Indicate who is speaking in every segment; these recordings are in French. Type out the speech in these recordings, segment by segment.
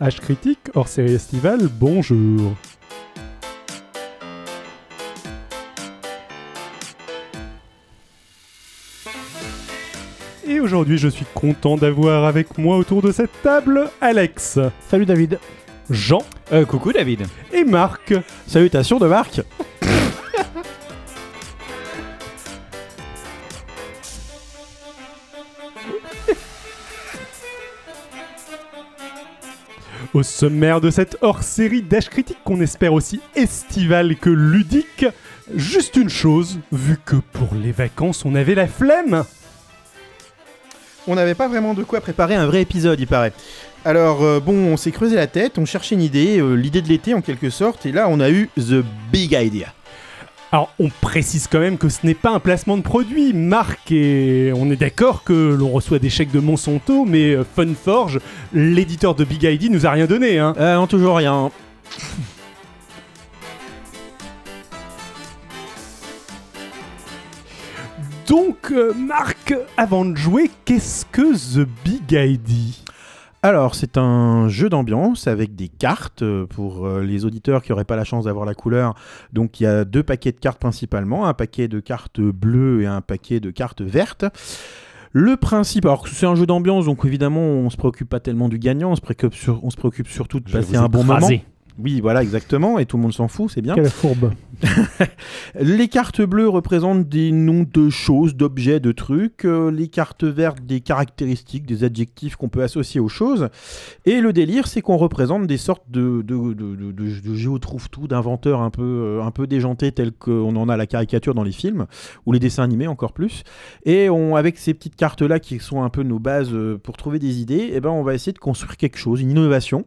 Speaker 1: H Critique, hors série estivale, bonjour Et aujourd'hui, je suis content d'avoir avec moi autour de cette table Alex,
Speaker 2: Salut David.
Speaker 1: Jean
Speaker 3: Euh, coucou David.
Speaker 1: et Marc.
Speaker 2: Salutations de Marc.
Speaker 1: Au sommaire de cette hors-série d'âge critique qu'on espère aussi estivale que ludique, juste une chose, vu que pour les vacances on avait la flemme,
Speaker 4: On n'avait pas vraiment de quoi préparer.
Speaker 2: Pareil, un vrai épisode, il paraît.
Speaker 4: Alors euh, bon, on s'est creusé la tête, on cherchait une idée, euh, l'idée de l'été en quelque sorte, et là on a eu the big idea.
Speaker 1: Alors, on précise quand même que ce n'est pas un placement de produit. Marc, et on est d'accord que l'on reçoit des chèques de Monsanto, mais euh, Funforge, l'éditeur de Big ID, nous a rien donné. Hein.
Speaker 2: Euh, non, toujours rien.
Speaker 1: Donc, euh, Marc, avant de jouer, qu'est-ce que The Big ID
Speaker 4: Alors c'est un jeu d'ambiance avec des cartes euh, pour euh, les auditeurs qui n'auraient pas la chance d'avoir la couleur. Donc il y a deux paquets de cartes principalement, un paquet de cartes bleues et un paquet de cartes vertes. Le principe, alors que c'est un jeu d'ambiance, donc évidemment on se préoccupe pas tellement du gagnant, on se préoccupe, sur- on se préoccupe surtout de passer Bah, un bon moment. Oui, voilà, exactement, et tout le monde s'en fout, c'est bien.
Speaker 2: Quelle fourbe.
Speaker 4: Les cartes bleues représentent des noms de choses, d'objets, de trucs. Euh, les cartes vertes, des caractéristiques, des adjectifs qu'on peut associer aux choses. Et le délire, c'est qu'on représente des sortes de, de, de, de, de- de géotrouve-tout, d'inventeurs un peu, euh, un peu déjantés, tels qu'on en a la caricature dans les films, ou les dessins animés encore plus. Et on, avec ces petites cartes-là, qui sont un peu nos bases euh, pour trouver des idées, eh ben, on va essayer de construire quelque chose, une innovation.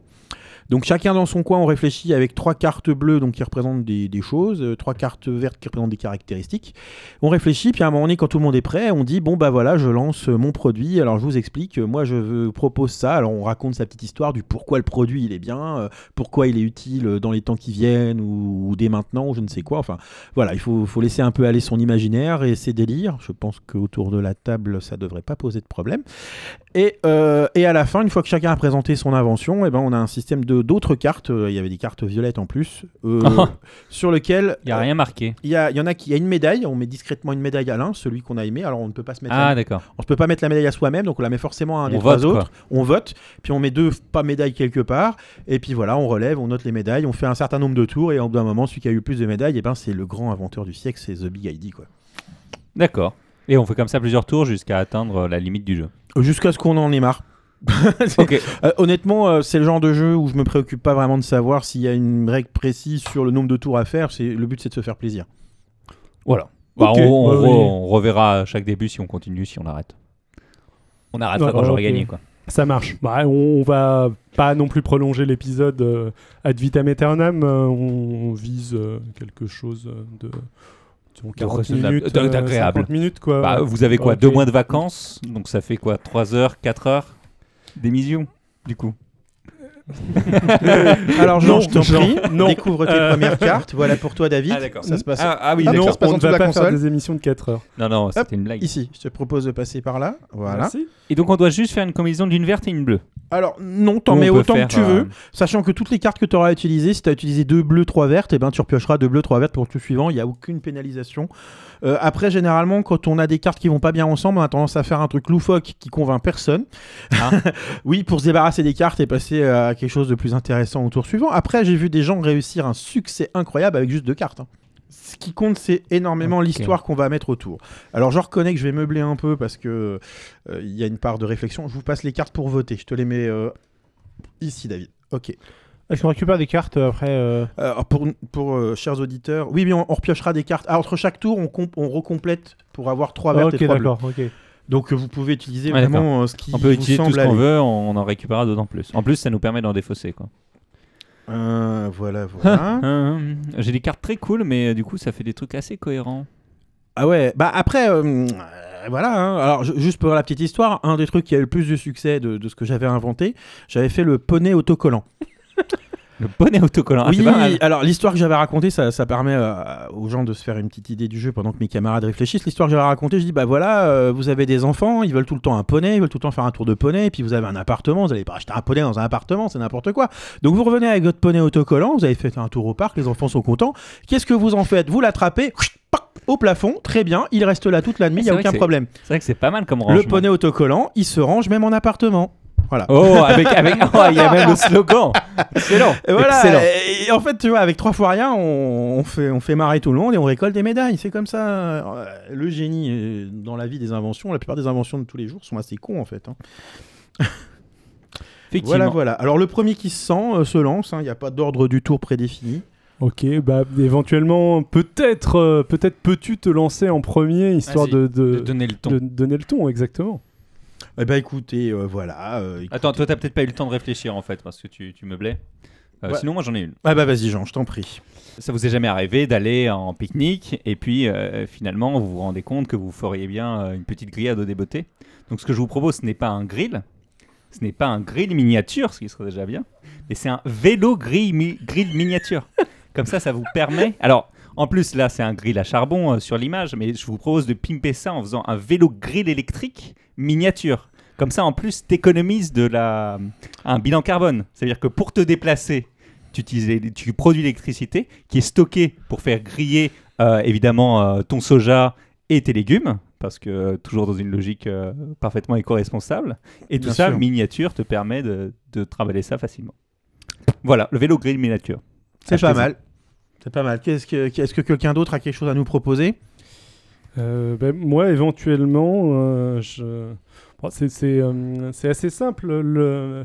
Speaker 4: Donc chacun dans son coin, on réfléchit avec trois cartes bleues donc qui représentent des, des choses, euh, trois cartes vertes qui représentent des caractéristiques. On réfléchit, puis à un moment donné, quand tout le monde est prêt, on dit bon bah voilà, je lance euh, mon produit. Alors je vous explique, euh, moi je veux- propose ça. Alors on raconte sa petite histoire du pourquoi le produit il est bien, euh, pourquoi il est utile euh, dans les temps qui viennent ou, ou dès maintenant ou je ne sais quoi. Enfin voilà, il faut, faut laisser un peu aller son imaginaire et ses délires. Je pense qu'autour de la table, ça devrait pas poser de problème. Et, euh, et à la fin, une fois que chacun a présenté son invention, eh ben, on a un système de d'autres cartes. euh, Il y avait des cartes violettes en plus, euh, sur lequel
Speaker 3: Il y a rien marqué.
Speaker 4: il y, a- il y en a qui il y a une médaille. On met discrètement une médaille à l'un, celui qu'on a aimé. Alors on ne peut pas se mettre.
Speaker 3: Ah
Speaker 4: la-
Speaker 3: d'accord.
Speaker 4: on ne peut pas mettre la médaille à soi-même, donc on la met forcément à un des
Speaker 3: On
Speaker 4: trois
Speaker 3: vote
Speaker 4: autres
Speaker 3: quoi.
Speaker 4: on vote, puis on met deux pas médailles quelque part, et puis voilà, on relève, on note les médailles, on fait un certain nombre de tours, et au bout d'un moment, celui qui a eu le plus de médailles, et ben c'est le grand inventeur du siècle, c'est The Big ID quoi.
Speaker 3: D'accord. Et on fait comme ça plusieurs tours jusqu'à atteindre euh, la limite du jeu.
Speaker 4: Euh, Jusqu'à ce qu'on en ait marre. C'est-
Speaker 3: Ok.
Speaker 4: euh, honnêtement, euh, c'est le genre de jeu où je me préoccupe pas vraiment de savoir s'il y a une règle précise sur le nombre de tours à faire. C'est le but, c'est de se faire plaisir.
Speaker 3: Voilà. Bah,
Speaker 1: Ok,
Speaker 3: on, on
Speaker 1: ouais,
Speaker 3: re-
Speaker 1: oui.
Speaker 3: on reverra à chaque début si on continue, si on arrête. On arrêtera
Speaker 1: Ouais,
Speaker 3: quand
Speaker 4: Bah,
Speaker 1: ouais,
Speaker 3: j'aurai
Speaker 1: ok.
Speaker 3: gagné quoi.
Speaker 1: Ça marche. Bah, on, on va pas non plus prolonger l'épisode euh, ad vitam aeternam. euh, on, on vise euh, quelque chose euh, de. disons, 40
Speaker 3: raisonnable,
Speaker 1: minutes,
Speaker 3: de- d'agréable.
Speaker 1: 50 minutes quoi.
Speaker 3: Bah, vous avez quoi
Speaker 1: Ok.
Speaker 3: Deux mois de vacances, donc ça fait quoi 3 heures, 4 heures d'émission du coup.
Speaker 4: Alors Jean,
Speaker 1: Non,
Speaker 4: je t'en
Speaker 1: Jean,
Speaker 4: prie,
Speaker 1: non.
Speaker 4: découvre tes
Speaker 1: Euh.
Speaker 4: premières cartes. Voilà pour toi, David. Ça se passe
Speaker 3: Ah, ah oui,
Speaker 1: non,
Speaker 4: Ah,
Speaker 3: d'accord.
Speaker 4: ça se passe
Speaker 1: on
Speaker 4: en
Speaker 1: ne
Speaker 4: dessous
Speaker 1: va
Speaker 4: de la
Speaker 1: pas faire
Speaker 4: console.
Speaker 1: des émissions de 4 heures.
Speaker 3: Non, non, c'était une blague.
Speaker 4: ici. Je te propose de passer par là. Voilà.
Speaker 1: Merci.
Speaker 3: Et donc on doit juste faire une combinaison d'une verte et une bleue.
Speaker 4: Alors non, t'en
Speaker 3: Ou on
Speaker 4: mets
Speaker 3: peut
Speaker 4: autant
Speaker 3: faire,
Speaker 4: que tu
Speaker 3: euh,
Speaker 4: veux, sachant que toutes les cartes que tu auras utilisées, si tu as utilisé deux bleus, trois vertes, et ben tu repiocheras deux bleus, trois vertes pour le tout suivant. Il n'y a aucune pénalisation. Euh, après, généralement, quand on a des cartes qui vont pas bien ensemble, on a tendance à faire un truc loufoque qui convainc personne.
Speaker 3: Ah.
Speaker 4: oui, pour se débarrasser des cartes et passer à quelque chose de plus intéressant au tour suivant. Après, j'ai vu des gens réussir un succès incroyable avec juste deux cartes. hein. Ce qui compte, c'est énormément
Speaker 3: Ok.
Speaker 4: l'histoire qu'on va mettre autour. Alors, je reconnais que je vais meubler un peu parce que euh, il y a une part de réflexion. Je vous passe les cartes pour voter. Je te les mets euh, ici, David. Ok.
Speaker 2: Est-ce qu'on récupère des cartes euh, après euh,
Speaker 4: Euh, Alors pour pour euh, chers auditeurs, oui, oui, on, on repiochera des cartes. Ah, entre chaque tour, on, comp- on recomplète pour avoir
Speaker 3: Ah,
Speaker 4: trois
Speaker 3: bah,
Speaker 4: vertes
Speaker 2: Ok,
Speaker 4: et trois bleues.
Speaker 2: d'accord. ok.
Speaker 4: Donc euh, vous pouvez utiliser
Speaker 3: Ouais,
Speaker 4: vraiment euh, ce qui
Speaker 3: On peut
Speaker 4: vous
Speaker 3: utiliser tout
Speaker 4: semble
Speaker 3: ce qu'on
Speaker 4: aller.
Speaker 3: veut, on en récupérera d'autant plus. En plus, ça nous permet d'en défausser quoi.
Speaker 4: Euh, voilà, voilà.
Speaker 3: Euh, J'ai des cartes très cool, mais euh, du coup, ça fait des trucs assez cohérents.
Speaker 4: ah ouais. Bah après, euh, euh, voilà. hein. Alors ju- juste pour la petite histoire, un des trucs qui a eu le plus de succès de, de ce que j'avais inventé, j'avais fait le poney autocollant.
Speaker 3: Le bonnet autocollant. Ah,
Speaker 4: oui,
Speaker 3: c'est pas mal.
Speaker 4: alors l'histoire que j'avais racontée, ça, ça permet euh, aux gens de se faire une petite idée du jeu pendant que mes camarades réfléchissent. L'histoire que j'avais racontée, je dis bah voilà, euh, vous avez des enfants, ils veulent tout le temps un poney, ils veulent tout le temps faire un tour de poney, et puis vous avez un appartement, vous allez pas acheter un poney dans un appartement, c'est n'importe quoi. Donc vous revenez avec votre poney autocollant, vous avez fait un tour au parc, les enfants sont contents. Qu'est-ce que vous en faites Vous l'attrapez pac, au plafond, très bien, il reste là toute la nuit, il
Speaker 3: Ah,
Speaker 4: n'y a
Speaker 3: c'est vrai
Speaker 4: aucun
Speaker 3: que
Speaker 4: problème.
Speaker 3: C'est vrai que c'est pas mal comme rangement.
Speaker 4: Le poney autocollant, il se range même en appartement. Voilà.
Speaker 3: Oh, avec, avec, oh, il y a même le slogan. Excellent.
Speaker 4: Et voilà.
Speaker 3: Excellent.
Speaker 4: Et, et en fait, tu vois, avec trois fois rien, on, on fait, on fait marrer tout le monde et on récolte des médailles. C'est comme ça. euh, Le génie euh, dans la vie des inventions, la plupart des inventions de tous les jours sont assez cons en fait. hein.
Speaker 3: Effectivement.
Speaker 4: Voilà, voilà. Alors le premier qui se sent euh, se lance. hein. Il n'y a pas d'ordre du tour prédéfini.
Speaker 1: Ok, bah éventuellement, peut-être euh, peut-être peux-tu te lancer en premier, histoire
Speaker 3: Vas-y,
Speaker 1: de,
Speaker 3: De
Speaker 1: de,
Speaker 3: donner le ton.
Speaker 1: de donner le ton, exactement.
Speaker 4: Eh ben écoutez, euh, voilà. euh, écoutez-
Speaker 3: Attends, toi, t'as peut-être pas eu le temps de réfléchir en fait, parce que tu, tu meublais. Euh,
Speaker 4: Ouais.
Speaker 3: Sinon, moi, j'en ai une.
Speaker 4: Ah bah vas-y Jean, je t'en prie.
Speaker 3: Ça vous est jamais arrivé d'aller en pique-nique et puis euh, finalement, vous vous rendez compte que vous feriez bien euh, une petite grillade au débeauté. Donc, ce que je vous propose, ce n'est pas un grill, ce n'est pas un grill miniature, ce qui serait déjà bien, mais c'est un vélo grill, mi- grill miniature. Comme ça, ça vous permet. Alors. En plus, là, c'est un grill à charbon euh, sur l'image, mais je vous propose de pimper ça en faisant un vélo grill électrique miniature. Comme ça, en plus, t'économises de la un bilan carbone. C'est-à-dire que pour te déplacer, tu, utilises- tu produis l'électricité qui est stockée pour faire griller euh, évidemment euh, ton soja et tes légumes, parce que euh, toujours dans une logique euh, parfaitement éco-responsable. Et tout
Speaker 4: Bien
Speaker 3: ça,
Speaker 4: sûr.
Speaker 3: miniature, te permet de, de travailler ça facilement. Voilà, le vélo grill miniature.
Speaker 4: C'est
Speaker 3: Achetez
Speaker 4: pas
Speaker 3: ça.
Speaker 4: mal. C'est pas mal. Qu'est-ce que, est-ce que quelqu'un d'autre a quelque chose à nous proposer
Speaker 1: Euh, ben, moi, éventuellement, euh, je... bon, c'est, c'est, euh, c'est assez simple. Le...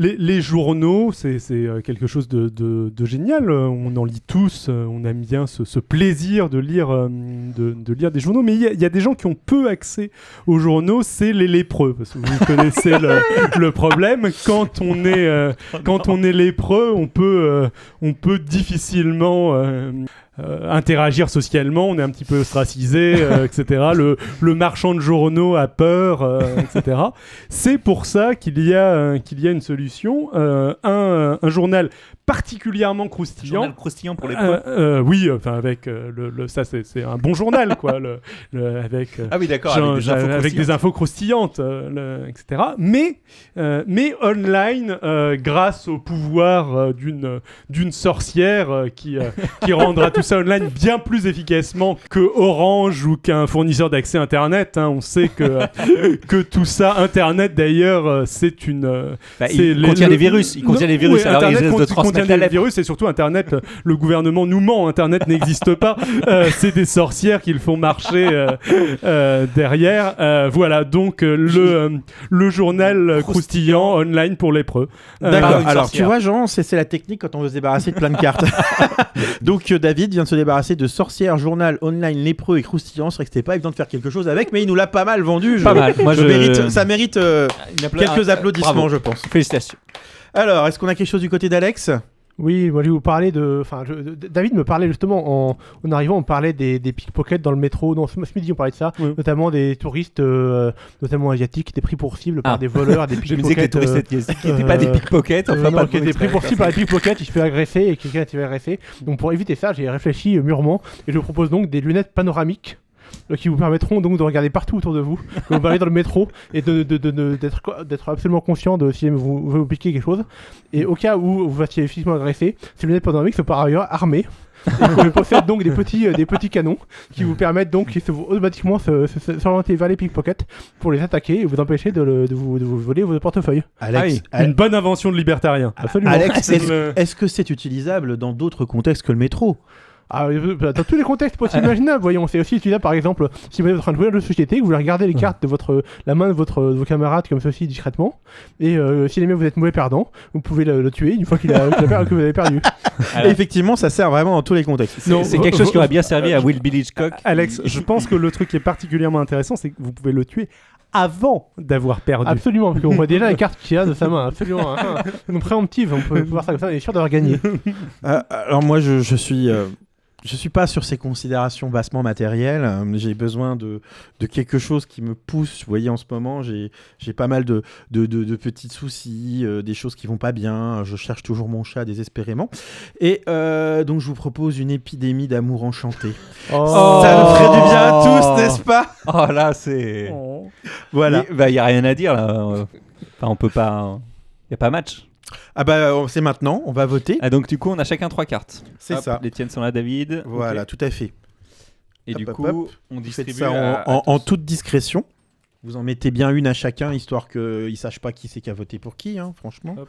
Speaker 1: Les, les journaux, c'est, c'est, euh, quelque chose de, de- de génial. Euh, On en lit tous. euh, On aime bien ce, ce plaisir de lire, euh, de, de lire des journaux. Mais il y, a- il y a des gens qui ont peu accès aux journaux. C'est les lépreux. Parce que vous connaissez le, le problème. Quand on est, euh,
Speaker 3: Oh
Speaker 1: quand on est lépreux, on peut, euh, on peut difficilement euh, euh, interagir socialement, on est un petit peu ostracisé, euh, etc. Le, le marchand de journaux a peur, euh, etc. C'est pour ça qu'il y, a, euh, qu'il y a une solution, euh, un, un journal particulièrement croustillant.
Speaker 3: Journal croustillant pour les
Speaker 1: Euh, euh, oui, enfin avec euh, le, le- ça c'est c'est un bon journal quoi, le, le- avec euh,
Speaker 3: Ah oui, d'accord,
Speaker 1: Genre, genre, avec, des infos croustillantes, euh, le- etc. Mais, euh, mais online, euh, grâce au pouvoir euh, d'une d'une sorcière euh, qui, euh, qui rendra tout ça online bien plus efficacement que Orange ou qu'un fournisseur d'accès Internet. hein. On sait que, euh, que tout ça, Internet d'ailleurs, euh, c'est une... euh,
Speaker 3: Bah, il
Speaker 1: c'est les-
Speaker 3: contient
Speaker 1: le-
Speaker 3: des virus, il contient
Speaker 1: Non,
Speaker 3: des virus,
Speaker 1: oui,
Speaker 3: alors il
Speaker 1: Internet
Speaker 3: risque
Speaker 1: cont-
Speaker 3: de
Speaker 1: contient
Speaker 3: transmettre
Speaker 1: des
Speaker 3: la lèpre.
Speaker 1: virus et surtout Internet, euh, le gouvernement nous ment, Internet n'existe pas, Euh, c'est des sorcières qui le font marcher euh, euh, derrière. Euh, voilà, donc euh, le, euh, le journal euh, croustillant online pour lépreux. Euh,
Speaker 4: D'accord.
Speaker 3: une
Speaker 4: Alors,
Speaker 3: sorcière.
Speaker 4: tu vois, Jean, c'est c'est la technique quand on veut se débarrasser de plein de cartes. Donc, euh, David vient de se débarrasser de sorcière, journal, online, lépreux et croustillant. C'est vrai que c'était pas évident de faire quelque chose avec, mais il nous l'a pas mal vendu. je-
Speaker 3: Pas mal. Moi,
Speaker 4: je
Speaker 3: je-
Speaker 4: mérite- ça mérite euh,
Speaker 3: Il appelle-
Speaker 4: quelques
Speaker 3: ah,
Speaker 4: applaudissements,
Speaker 3: bravo.
Speaker 4: je pense.
Speaker 3: Félicitations.
Speaker 4: Alors, est-ce qu'on a quelque chose du côté d'Alex
Speaker 2: Oui, moi je vais vous parler de. Enfin, je- de- David me parlait justement en, en arrivant, on parlait des, des pickpockets dans le métro. Non, ce ce midi on parlait de ça,
Speaker 1: Oui.
Speaker 2: notamment des touristes, euh, notamment asiatiques, qui étaient pris pour cible
Speaker 3: Ah.
Speaker 2: par des voleurs, des
Speaker 3: Je me disais que les
Speaker 2: pickpockets.
Speaker 3: touristes
Speaker 2: euh,
Speaker 3: étaient- qui n'étaient pas des
Speaker 2: euh,
Speaker 3: pickpockets,
Speaker 2: euh,
Speaker 3: enfin
Speaker 2: non,
Speaker 3: pas de
Speaker 2: qui étaient pris pour cible par des pickpockets, il se fait agresser et quelqu'un s'est fait agresser. Donc pour éviter ça, j'ai réfléchi euh, mûrement et je vous propose donc des lunettes panoramiques euh, qui vous permettront donc de regarder partout autour de vous, quand vous allez dans le métro et de- de- de- de- d'être co- d'être absolument conscient de si vous, vous, vous piquer quelque chose. Et au cas où vous fassiez physiquement agresser, ces lunettes panoramiques sont par ailleurs armées. et vous possède donc des petits, euh, des petits canons qui vous permettent donc qui se- automatiquement se- se- se- s'orienter vers les pickpockets pour les attaquer et vous empêcher de, le- de vous, de vous voler vos portefeuilles.
Speaker 4: Alex,
Speaker 3: Ah Euh,
Speaker 1: Une bonne invention de libertarien.
Speaker 2: Absolument.
Speaker 4: Alex,
Speaker 1: C'est
Speaker 4: est-ce
Speaker 1: le-
Speaker 4: est-ce que c'est utilisable dans d'autres contextes que le métro
Speaker 2: Ah, euh, bah, dans tous les contextes possibles imaginables, voyons, c'est aussi utilisable par exemple si vous êtes en train de jouer à une société, que vous voulez regarder les cartes de votre, la main de, votre, de vos camarades comme ceci discrètement, et euh, si jamais vous êtes mauvais perdant, vous pouvez le, le tuer une fois qu'il a, qu'il a per- que vous avez perdu.
Speaker 3: Alors.
Speaker 4: Effectivement, ça sert vraiment dans tous les contextes.
Speaker 3: C'est c'est quelque chose qui aurait bien servi à Will Bill Hitchcock.
Speaker 2: Ah,
Speaker 1: Alex, je pense que le truc qui est particulièrement intéressant, c'est que vous pouvez le tuer avant d'avoir perdu.
Speaker 2: Absolument, parce qu'on voit déjà les cartes qu'il a de sa main, absolument. hein. Donc préemptive, on peut voir ça comme ça, on est sûr d'avoir gagné.
Speaker 4: Ah, alors moi, je, je suis euh, je suis pas sur ces considérations bassement matérielles. euh, J'ai besoin de, de quelque chose qui me pousse. Vous voyez, en ce moment, j'ai j'ai pas mal de, de, de- de petits soucis, euh, des choses qui vont pas bien. Je cherche toujours mon chat désespérément. Et euh, donc, je vous propose une épidémie d'amour enchanté.
Speaker 3: Oh.
Speaker 4: Ça nous ferait du bien à tous, n'est-ce pas
Speaker 3: Oh là, c'est.
Speaker 4: Voilà.
Speaker 3: Il bah, y a rien à dire là. Euh, Enfin, on peut pas. Il y a pas match.
Speaker 4: Ah bah, euh, c'est maintenant. On va voter.
Speaker 3: Ah, donc du coup, on a chacun trois cartes.
Speaker 4: C'est
Speaker 3: Hop,
Speaker 4: ça.
Speaker 3: Les tiennes sont là, David.
Speaker 4: Voilà,
Speaker 3: Ok.
Speaker 4: tout à fait.
Speaker 3: Et
Speaker 4: Hop,
Speaker 3: du
Speaker 4: hop,
Speaker 3: coup,
Speaker 4: hop.
Speaker 3: on
Speaker 4: Vous faites
Speaker 3: distribue
Speaker 4: ça en,
Speaker 3: à- à
Speaker 4: en- en
Speaker 3: tous.
Speaker 4: toute discrétion. Vous en mettez bien une à chacun, histoire qu'ils ne sachent pas qui c'est qui a voté pour qui, hein, franchement.
Speaker 1: Hop.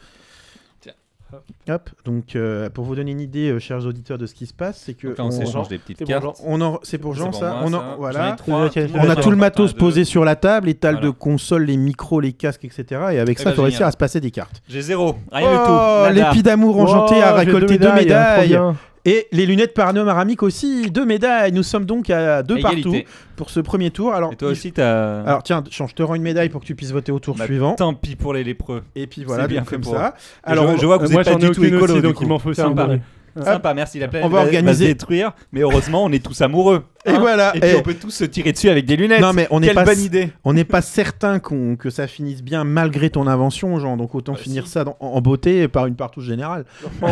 Speaker 3: Tiens.
Speaker 1: Hop.
Speaker 4: Hop. Donc, euh, pour vous donner une idée, euh, chers auditeurs, de ce qui se passe, c'est que.
Speaker 3: Donc là, on s'échange des petites
Speaker 2: C'est bon,
Speaker 3: cartes.
Speaker 2: genre,
Speaker 4: on en- C'est pour
Speaker 3: C'est
Speaker 4: Jean,
Speaker 3: pour
Speaker 4: ça.
Speaker 3: moi,
Speaker 4: on en-
Speaker 3: ça. J'en
Speaker 4: voilà.
Speaker 3: ai trois,
Speaker 2: Tiens,
Speaker 3: tout
Speaker 2: tiens,
Speaker 3: le
Speaker 4: On
Speaker 3: monde
Speaker 4: a
Speaker 2: J'en ai
Speaker 4: tout le
Speaker 3: un,
Speaker 4: matos
Speaker 3: deux.
Speaker 4: posé sur la table, les tables
Speaker 3: Voilà.
Speaker 4: de console, les micros, les casques, etc. Et avec
Speaker 3: Eh
Speaker 4: ça,
Speaker 3: ben,
Speaker 4: il faut réussir
Speaker 3: génial.
Speaker 4: à se passer des cartes.
Speaker 3: J'ai zéro. Rien du tout.
Speaker 4: Oh,
Speaker 3: Nada.
Speaker 4: l'épi d'amour enchanté
Speaker 2: Wow,
Speaker 4: a
Speaker 2: j'ai
Speaker 4: récolté deux médailles.
Speaker 2: hein, trop bien.
Speaker 4: Et les lunettes par Arnaud Maramic aussi, deux médailles. Nous sommes donc à deux
Speaker 3: Égalité.
Speaker 4: partout pour ce premier tour. Alors,
Speaker 3: Et toi
Speaker 4: il-
Speaker 3: aussi, t'as.
Speaker 4: Alors tiens, Jean, je te rends une médaille pour que tu puisses voter au tour
Speaker 3: Hein. Bah,
Speaker 4: suivant.
Speaker 3: Tant pis pour les lépreux.
Speaker 4: Et puis voilà,
Speaker 3: c'est bien
Speaker 4: donc
Speaker 3: fait
Speaker 4: comme
Speaker 3: pour
Speaker 4: ça.
Speaker 3: Et
Speaker 4: Alors,
Speaker 3: je, je vois que vous
Speaker 1: Moi,
Speaker 3: n'êtes pas
Speaker 1: j'en ai
Speaker 3: du tout
Speaker 1: aucune
Speaker 3: écolo.
Speaker 1: aussi,
Speaker 3: du
Speaker 1: donc
Speaker 3: coup.
Speaker 1: il m'en faut aussi
Speaker 2: C'est
Speaker 1: un
Speaker 2: un baril.
Speaker 1: baril.
Speaker 3: Sympa, merci. La planète
Speaker 4: On va
Speaker 3: va,
Speaker 4: organiser.
Speaker 3: se détruire, mais heureusement, on est tous amoureux.
Speaker 4: et
Speaker 3: hein.
Speaker 4: voilà.
Speaker 3: Et puis,
Speaker 4: Et-
Speaker 3: on peut tous se tirer dessus avec des lunettes.
Speaker 4: Non mais on n'est
Speaker 3: Quelle
Speaker 4: pas,
Speaker 3: bonne idée.
Speaker 4: on n'est pas certain qu'on que ça finisse bien malgré ton invention, Jean. Donc autant
Speaker 3: Bah,
Speaker 4: finir
Speaker 3: si.
Speaker 4: ça dans- en en beauté par une partouche générale.
Speaker 2: On,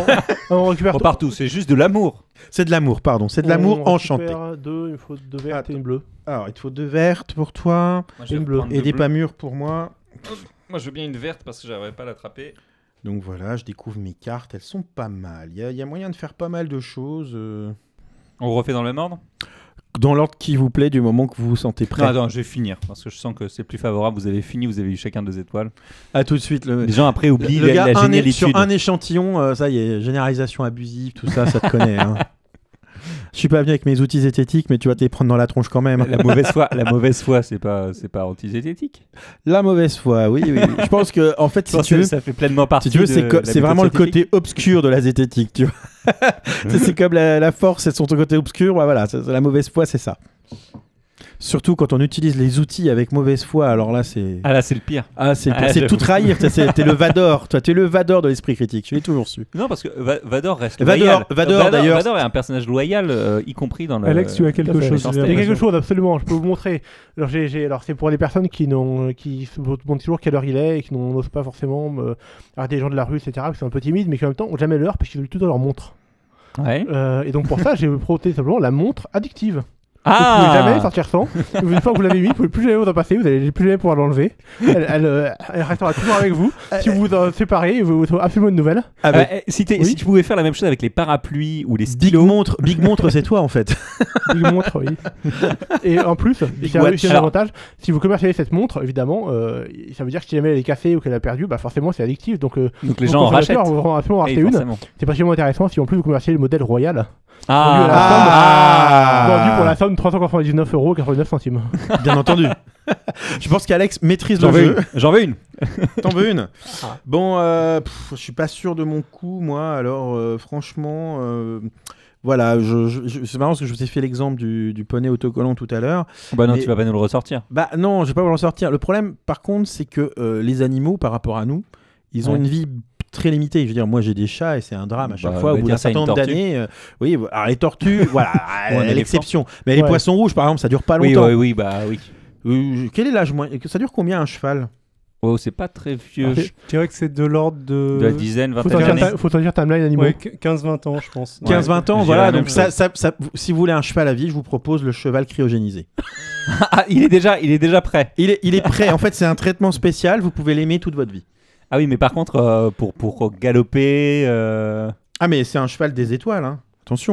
Speaker 2: on récupère
Speaker 3: On part tous, c'est juste de l'amour.
Speaker 4: C'est de l'amour, pardon. C'est de
Speaker 2: on
Speaker 4: l'amour
Speaker 2: récupère
Speaker 4: enchanté.
Speaker 2: Deux, il faut deux vertes et une bleue.
Speaker 4: Alors il te faut deux vertes pour toi
Speaker 3: je vais
Speaker 2: Une bleue.
Speaker 3: prendre
Speaker 4: et
Speaker 3: deux
Speaker 4: des
Speaker 3: bleues.
Speaker 4: pas mûres pour moi.
Speaker 3: Moi, je veux bien une verte parce que j'arriverai pas à l'attraper.
Speaker 4: Donc voilà, je découvre mes cartes. Elles sont pas mal. Il y, a- il y a moyen de faire pas mal de choses. euh,
Speaker 3: On refait dans le même ordre
Speaker 4: Dans l'ordre qui vous plaît, du moment que vous vous sentez prêt.
Speaker 3: Non, attends, je vais finir parce que je sens que c'est plus favorable. Vous avez fini, vous avez eu chacun deux étoiles.
Speaker 4: À tout de suite. Le...
Speaker 3: Les gens après oublient
Speaker 4: Le
Speaker 3: la,
Speaker 4: gars,
Speaker 3: la
Speaker 4: un é-
Speaker 3: génialitude.
Speaker 4: sur un échantillon, euh, ça y est, généralisation abusive, tout ça, ça te connaît. hein. Je suis pas venu avec mes outils zététiques, mais tu vas te les prendre dans la tronche quand même.
Speaker 3: La mauvaise foi, la mauvaise foi, c'est pas, c'est pas antisémitique.
Speaker 4: La mauvaise foi, oui, oui. Je pense que, en fait, si tu veux,
Speaker 3: ça fait pleinement partie.
Speaker 4: si tu veux,
Speaker 3: de
Speaker 4: c'est co-
Speaker 3: la
Speaker 4: c'est
Speaker 3: méthode
Speaker 4: vraiment le
Speaker 3: scientifique.
Speaker 4: côté obscur de la zététique, tu vois. Tu sais, c'est comme la, la force, c'est son côté obscur. ouais, voilà, c'est- c'est la mauvaise foi, c'est ça. Surtout quand on utilise les outils avec mauvaise foi, alors là, c'est.
Speaker 3: Ah là, c'est le pire.
Speaker 4: Ah, c'est
Speaker 3: Ah,
Speaker 4: c'est
Speaker 3: j'avoue.
Speaker 4: tout trahir. t'es- c'est- T'es le Vador, toi, t'es le Vador de l'esprit critique. Je l'ai toujours su.
Speaker 3: Non, parce que Va- Vador reste
Speaker 4: Vador,
Speaker 3: loyal.
Speaker 4: Vador, d'ailleurs.
Speaker 3: Vador est un personnage loyal, euh, y compris dans le.
Speaker 1: Alex, tu as quelque
Speaker 4: Tout à fait.
Speaker 1: chose.
Speaker 3: Il y a
Speaker 1: j'ai
Speaker 2: Il y a quelque
Speaker 1: l'impression.
Speaker 2: chose, absolument, je peux vous montrer. Alors, j'ai- j'ai- alors, c'est pour les personnes qui, n'ont, qui se demandent toujours quelle heure il est et qui n'ont- n'osent pas forcément euh, arrêter les gens de la rue, etc., qui sont un peu timides, mais qui en même temps n'ont jamais l'heure parce qu'ils ont tout dans leur montre.
Speaker 3: Ouais.
Speaker 2: Euh, et donc, pour ça, j'ai proposé simplement la montre addictive. Vous ne pouvez jamais
Speaker 3: Ah.
Speaker 2: sortir sans. Une fois que vous l'avez mis, vous ne pouvez plus jamais vous en passer, vous n'allez plus jamais pouvoir l'enlever. Elle, elle, euh, elle restera toujours avec vous. Si vous vous en séparez, vous vous trouvez absolument une nouvelle.
Speaker 4: Avec
Speaker 3: Ah, eh, si, t'es-
Speaker 2: Oui.
Speaker 3: si tu pouvais faire la même chose avec les parapluies ou les
Speaker 4: Big
Speaker 3: stylos.
Speaker 4: Montre, Big Montre, c'est toi en fait.
Speaker 2: Big montre, oui. Et en plus,
Speaker 3: Big
Speaker 2: c'est un,
Speaker 3: watch.
Speaker 2: c'est un
Speaker 3: Alors-
Speaker 2: avantage. Si vous commercialisez cette montre, évidemment, euh, ça veut dire que si jamais elle est café ou qu'elle a perdu, bah forcément c'est addictif. Donc euh,
Speaker 3: Donc les
Speaker 2: vos
Speaker 3: gens en rachètent.
Speaker 2: consommateurs vont absolument
Speaker 3: Eh,
Speaker 2: racheter une.
Speaker 3: forcément.
Speaker 2: C'est particulièrement intéressant si en plus vous commercialisez le modèle royal,
Speaker 3: Ah.
Speaker 2: Vendu à la
Speaker 4: Ah.
Speaker 2: somme- vendu pour la somme de 399 euros 89 centimes.
Speaker 4: Bien entendu. Je pense qu'Alex maîtrise
Speaker 3: J'en
Speaker 4: le
Speaker 3: veux
Speaker 4: jeu.
Speaker 3: une. J'en veux une.
Speaker 4: T'en veux une
Speaker 2: Ah.
Speaker 4: Bon, euh, pff, je suis pas sûr de mon coup, moi. Alors, euh, franchement, euh, voilà. Je, je- je- c'est marrant parce que je vous ai fait l'exemple du, du poney autocollant tout à l'heure.
Speaker 3: Bah non,
Speaker 4: Mais-
Speaker 3: tu vas pas nous le ressortir.
Speaker 4: Bah non, je vais pas vous en sortir. Le problème, par contre, c'est que euh, les animaux, par rapport à nous, ils ont
Speaker 3: Ouais.
Speaker 4: une vie très limitée. Je veux dire, moi, j'ai des chats et c'est un drame à chaque
Speaker 3: Bah,
Speaker 4: fois.
Speaker 3: on
Speaker 4: Au
Speaker 3: va
Speaker 4: bout
Speaker 3: dire
Speaker 4: d'un
Speaker 3: ça,
Speaker 4: certain
Speaker 3: une
Speaker 4: nombre
Speaker 3: tortue.
Speaker 4: d'années, euh, oui, alors les tortues, voilà, à
Speaker 3: Ou un
Speaker 4: l'exception. Mais les
Speaker 2: Ouais.
Speaker 4: poissons rouges, par exemple, ça dure pas
Speaker 3: Oui,
Speaker 4: longtemps.
Speaker 3: oui, oui, bah oui.
Speaker 4: Euh, quel est l'âge moyen Ça dure combien un cheval
Speaker 3: Oh, c'est pas très vieux.
Speaker 1: Ah, Je dirais que c'est de l'ordre de,
Speaker 3: De la dizaine,
Speaker 2: Faut
Speaker 3: vingtaine
Speaker 2: sortir,
Speaker 3: d'années.
Speaker 2: ta- faut sortir timeline animaux.
Speaker 1: Ouais, qu- 15-20 ans, je pense.
Speaker 3: Ouais.
Speaker 4: 15-20 ans,
Speaker 3: je
Speaker 4: voilà.
Speaker 3: dirais la
Speaker 4: Donc
Speaker 3: même
Speaker 4: ça,
Speaker 3: chose.
Speaker 4: ça, ça- si vous voulez un cheval à vie, je vous propose le cheval cryogénisé.
Speaker 3: Ah, il est déjà, il est déjà prêt.
Speaker 4: Il est, il est prêt. en fait, c'est un traitement spécial. Vous pouvez l'aimer toute votre vie.
Speaker 3: Ah oui, mais par contre, euh, pour pour galoper. euh,
Speaker 4: Ah, mais c'est un cheval des étoiles. hein. Attention,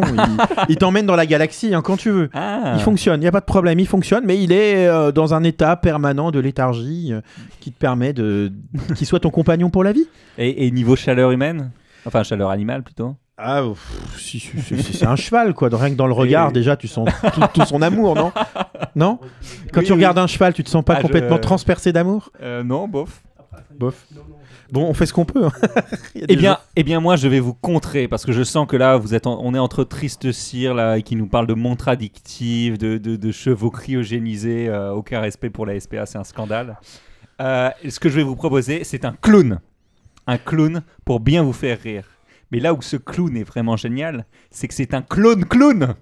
Speaker 4: il, il t'emmène dans la galaxie hein, quand tu veux.
Speaker 3: Ah.
Speaker 4: Il fonctionne, il n'y a pas de problème, il fonctionne, mais il est euh, dans un état permanent de léthargie euh, qui te permet de. qu'il soit ton compagnon pour la vie.
Speaker 3: Et, et niveau chaleur humaine, enfin chaleur animale plutôt.
Speaker 4: Ah, pff, si, si, si, si, c'est un cheval, quoi. Rien que dans le regard,
Speaker 3: Et-
Speaker 4: déjà, tu sens tout, tout son amour, non Non Quand
Speaker 3: Oui,
Speaker 4: tu
Speaker 3: oui.
Speaker 4: regardes un cheval, tu te sens pas
Speaker 3: Ah, je-
Speaker 4: complètement transpercé d'amour
Speaker 3: Euh, non, bof.
Speaker 4: Bof. Bon, on fait ce qu'on peut. hein. Il y a des
Speaker 3: Eh bien, eh bien, moi, je vais vous contrer parce que je sens que là, vous êtes, en- on est entre triste cire là, et qui nous parle de montres addictives, de, de, de chevaux cryogénisés, euh, aucun respect pour la SPA, c'est un scandale. Euh, ce que je vais vous proposer, c'est un clown, un clown pour bien vous faire rire. Mais là où ce clown est vraiment génial, c'est que c'est un clone clown.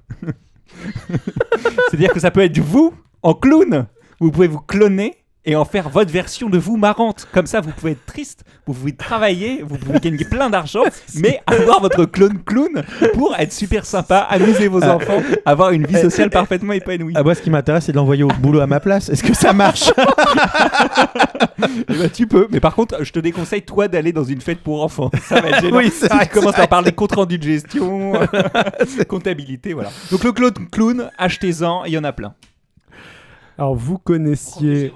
Speaker 3: C'est-à-dire que ça peut être vous en clown. Vous pouvez vous cloner et en faire votre version de vous marrante. Comme ça, vous pouvez être triste, vous pouvez travailler, vous pouvez gagner plein d'argent, mais avoir votre clone clown pour être super sympa, amuser vos enfants, avoir une vie sociale parfaitement épanouie.
Speaker 4: Ah, moi, ce qui m'intéresse, c'est de l'envoyer au boulot à ma place. Est-ce que ça marche
Speaker 3: Eh ben, tu peux, mais par contre, je te déconseille, toi, d'aller dans une fête pour enfants. Ça va être gênant.
Speaker 4: Oui, c'est
Speaker 3: Si
Speaker 4: vrai,
Speaker 3: tu commences à parler compte rendu de gestion, comptabilité, voilà. Donc le clone clown, achetez-en, il y en a plein.
Speaker 1: Alors vous connaissiez,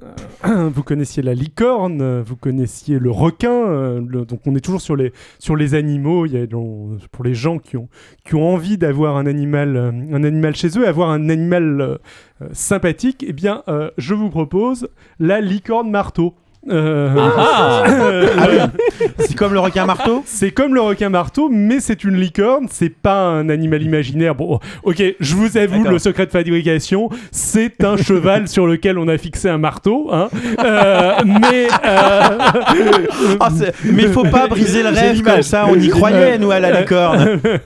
Speaker 1: vous connaissiez la licorne, euh, vous connaissiez le requin. euh, le- donc on est toujours sur les sur les animaux. Il y a donc, pour les gens qui ont qui ont envie d'avoir un animal euh, un animal chez eux, avoir un animal euh, euh, sympathique. Eh bien, euh, je vous propose la licorne marteau. Euh,
Speaker 3: Ah,
Speaker 1: euh,
Speaker 4: C'est comme le requin marteau
Speaker 1: c'est comme le requin marteau, mais c'est une licorne, c'est pas un animal imaginaire. Bon, ok, je vous avoue,
Speaker 3: D'accord.
Speaker 1: le secret de fabrication, c'est un cheval sur lequel on a fixé un marteau. hein. Euh, mais. euh,
Speaker 4: Ah, c'est- Mais il faut pas briser le
Speaker 1: J'ai
Speaker 4: rêve
Speaker 1: l'image.
Speaker 4: comme ça. On y croyait, nous, à la licorne.
Speaker 1: Euh,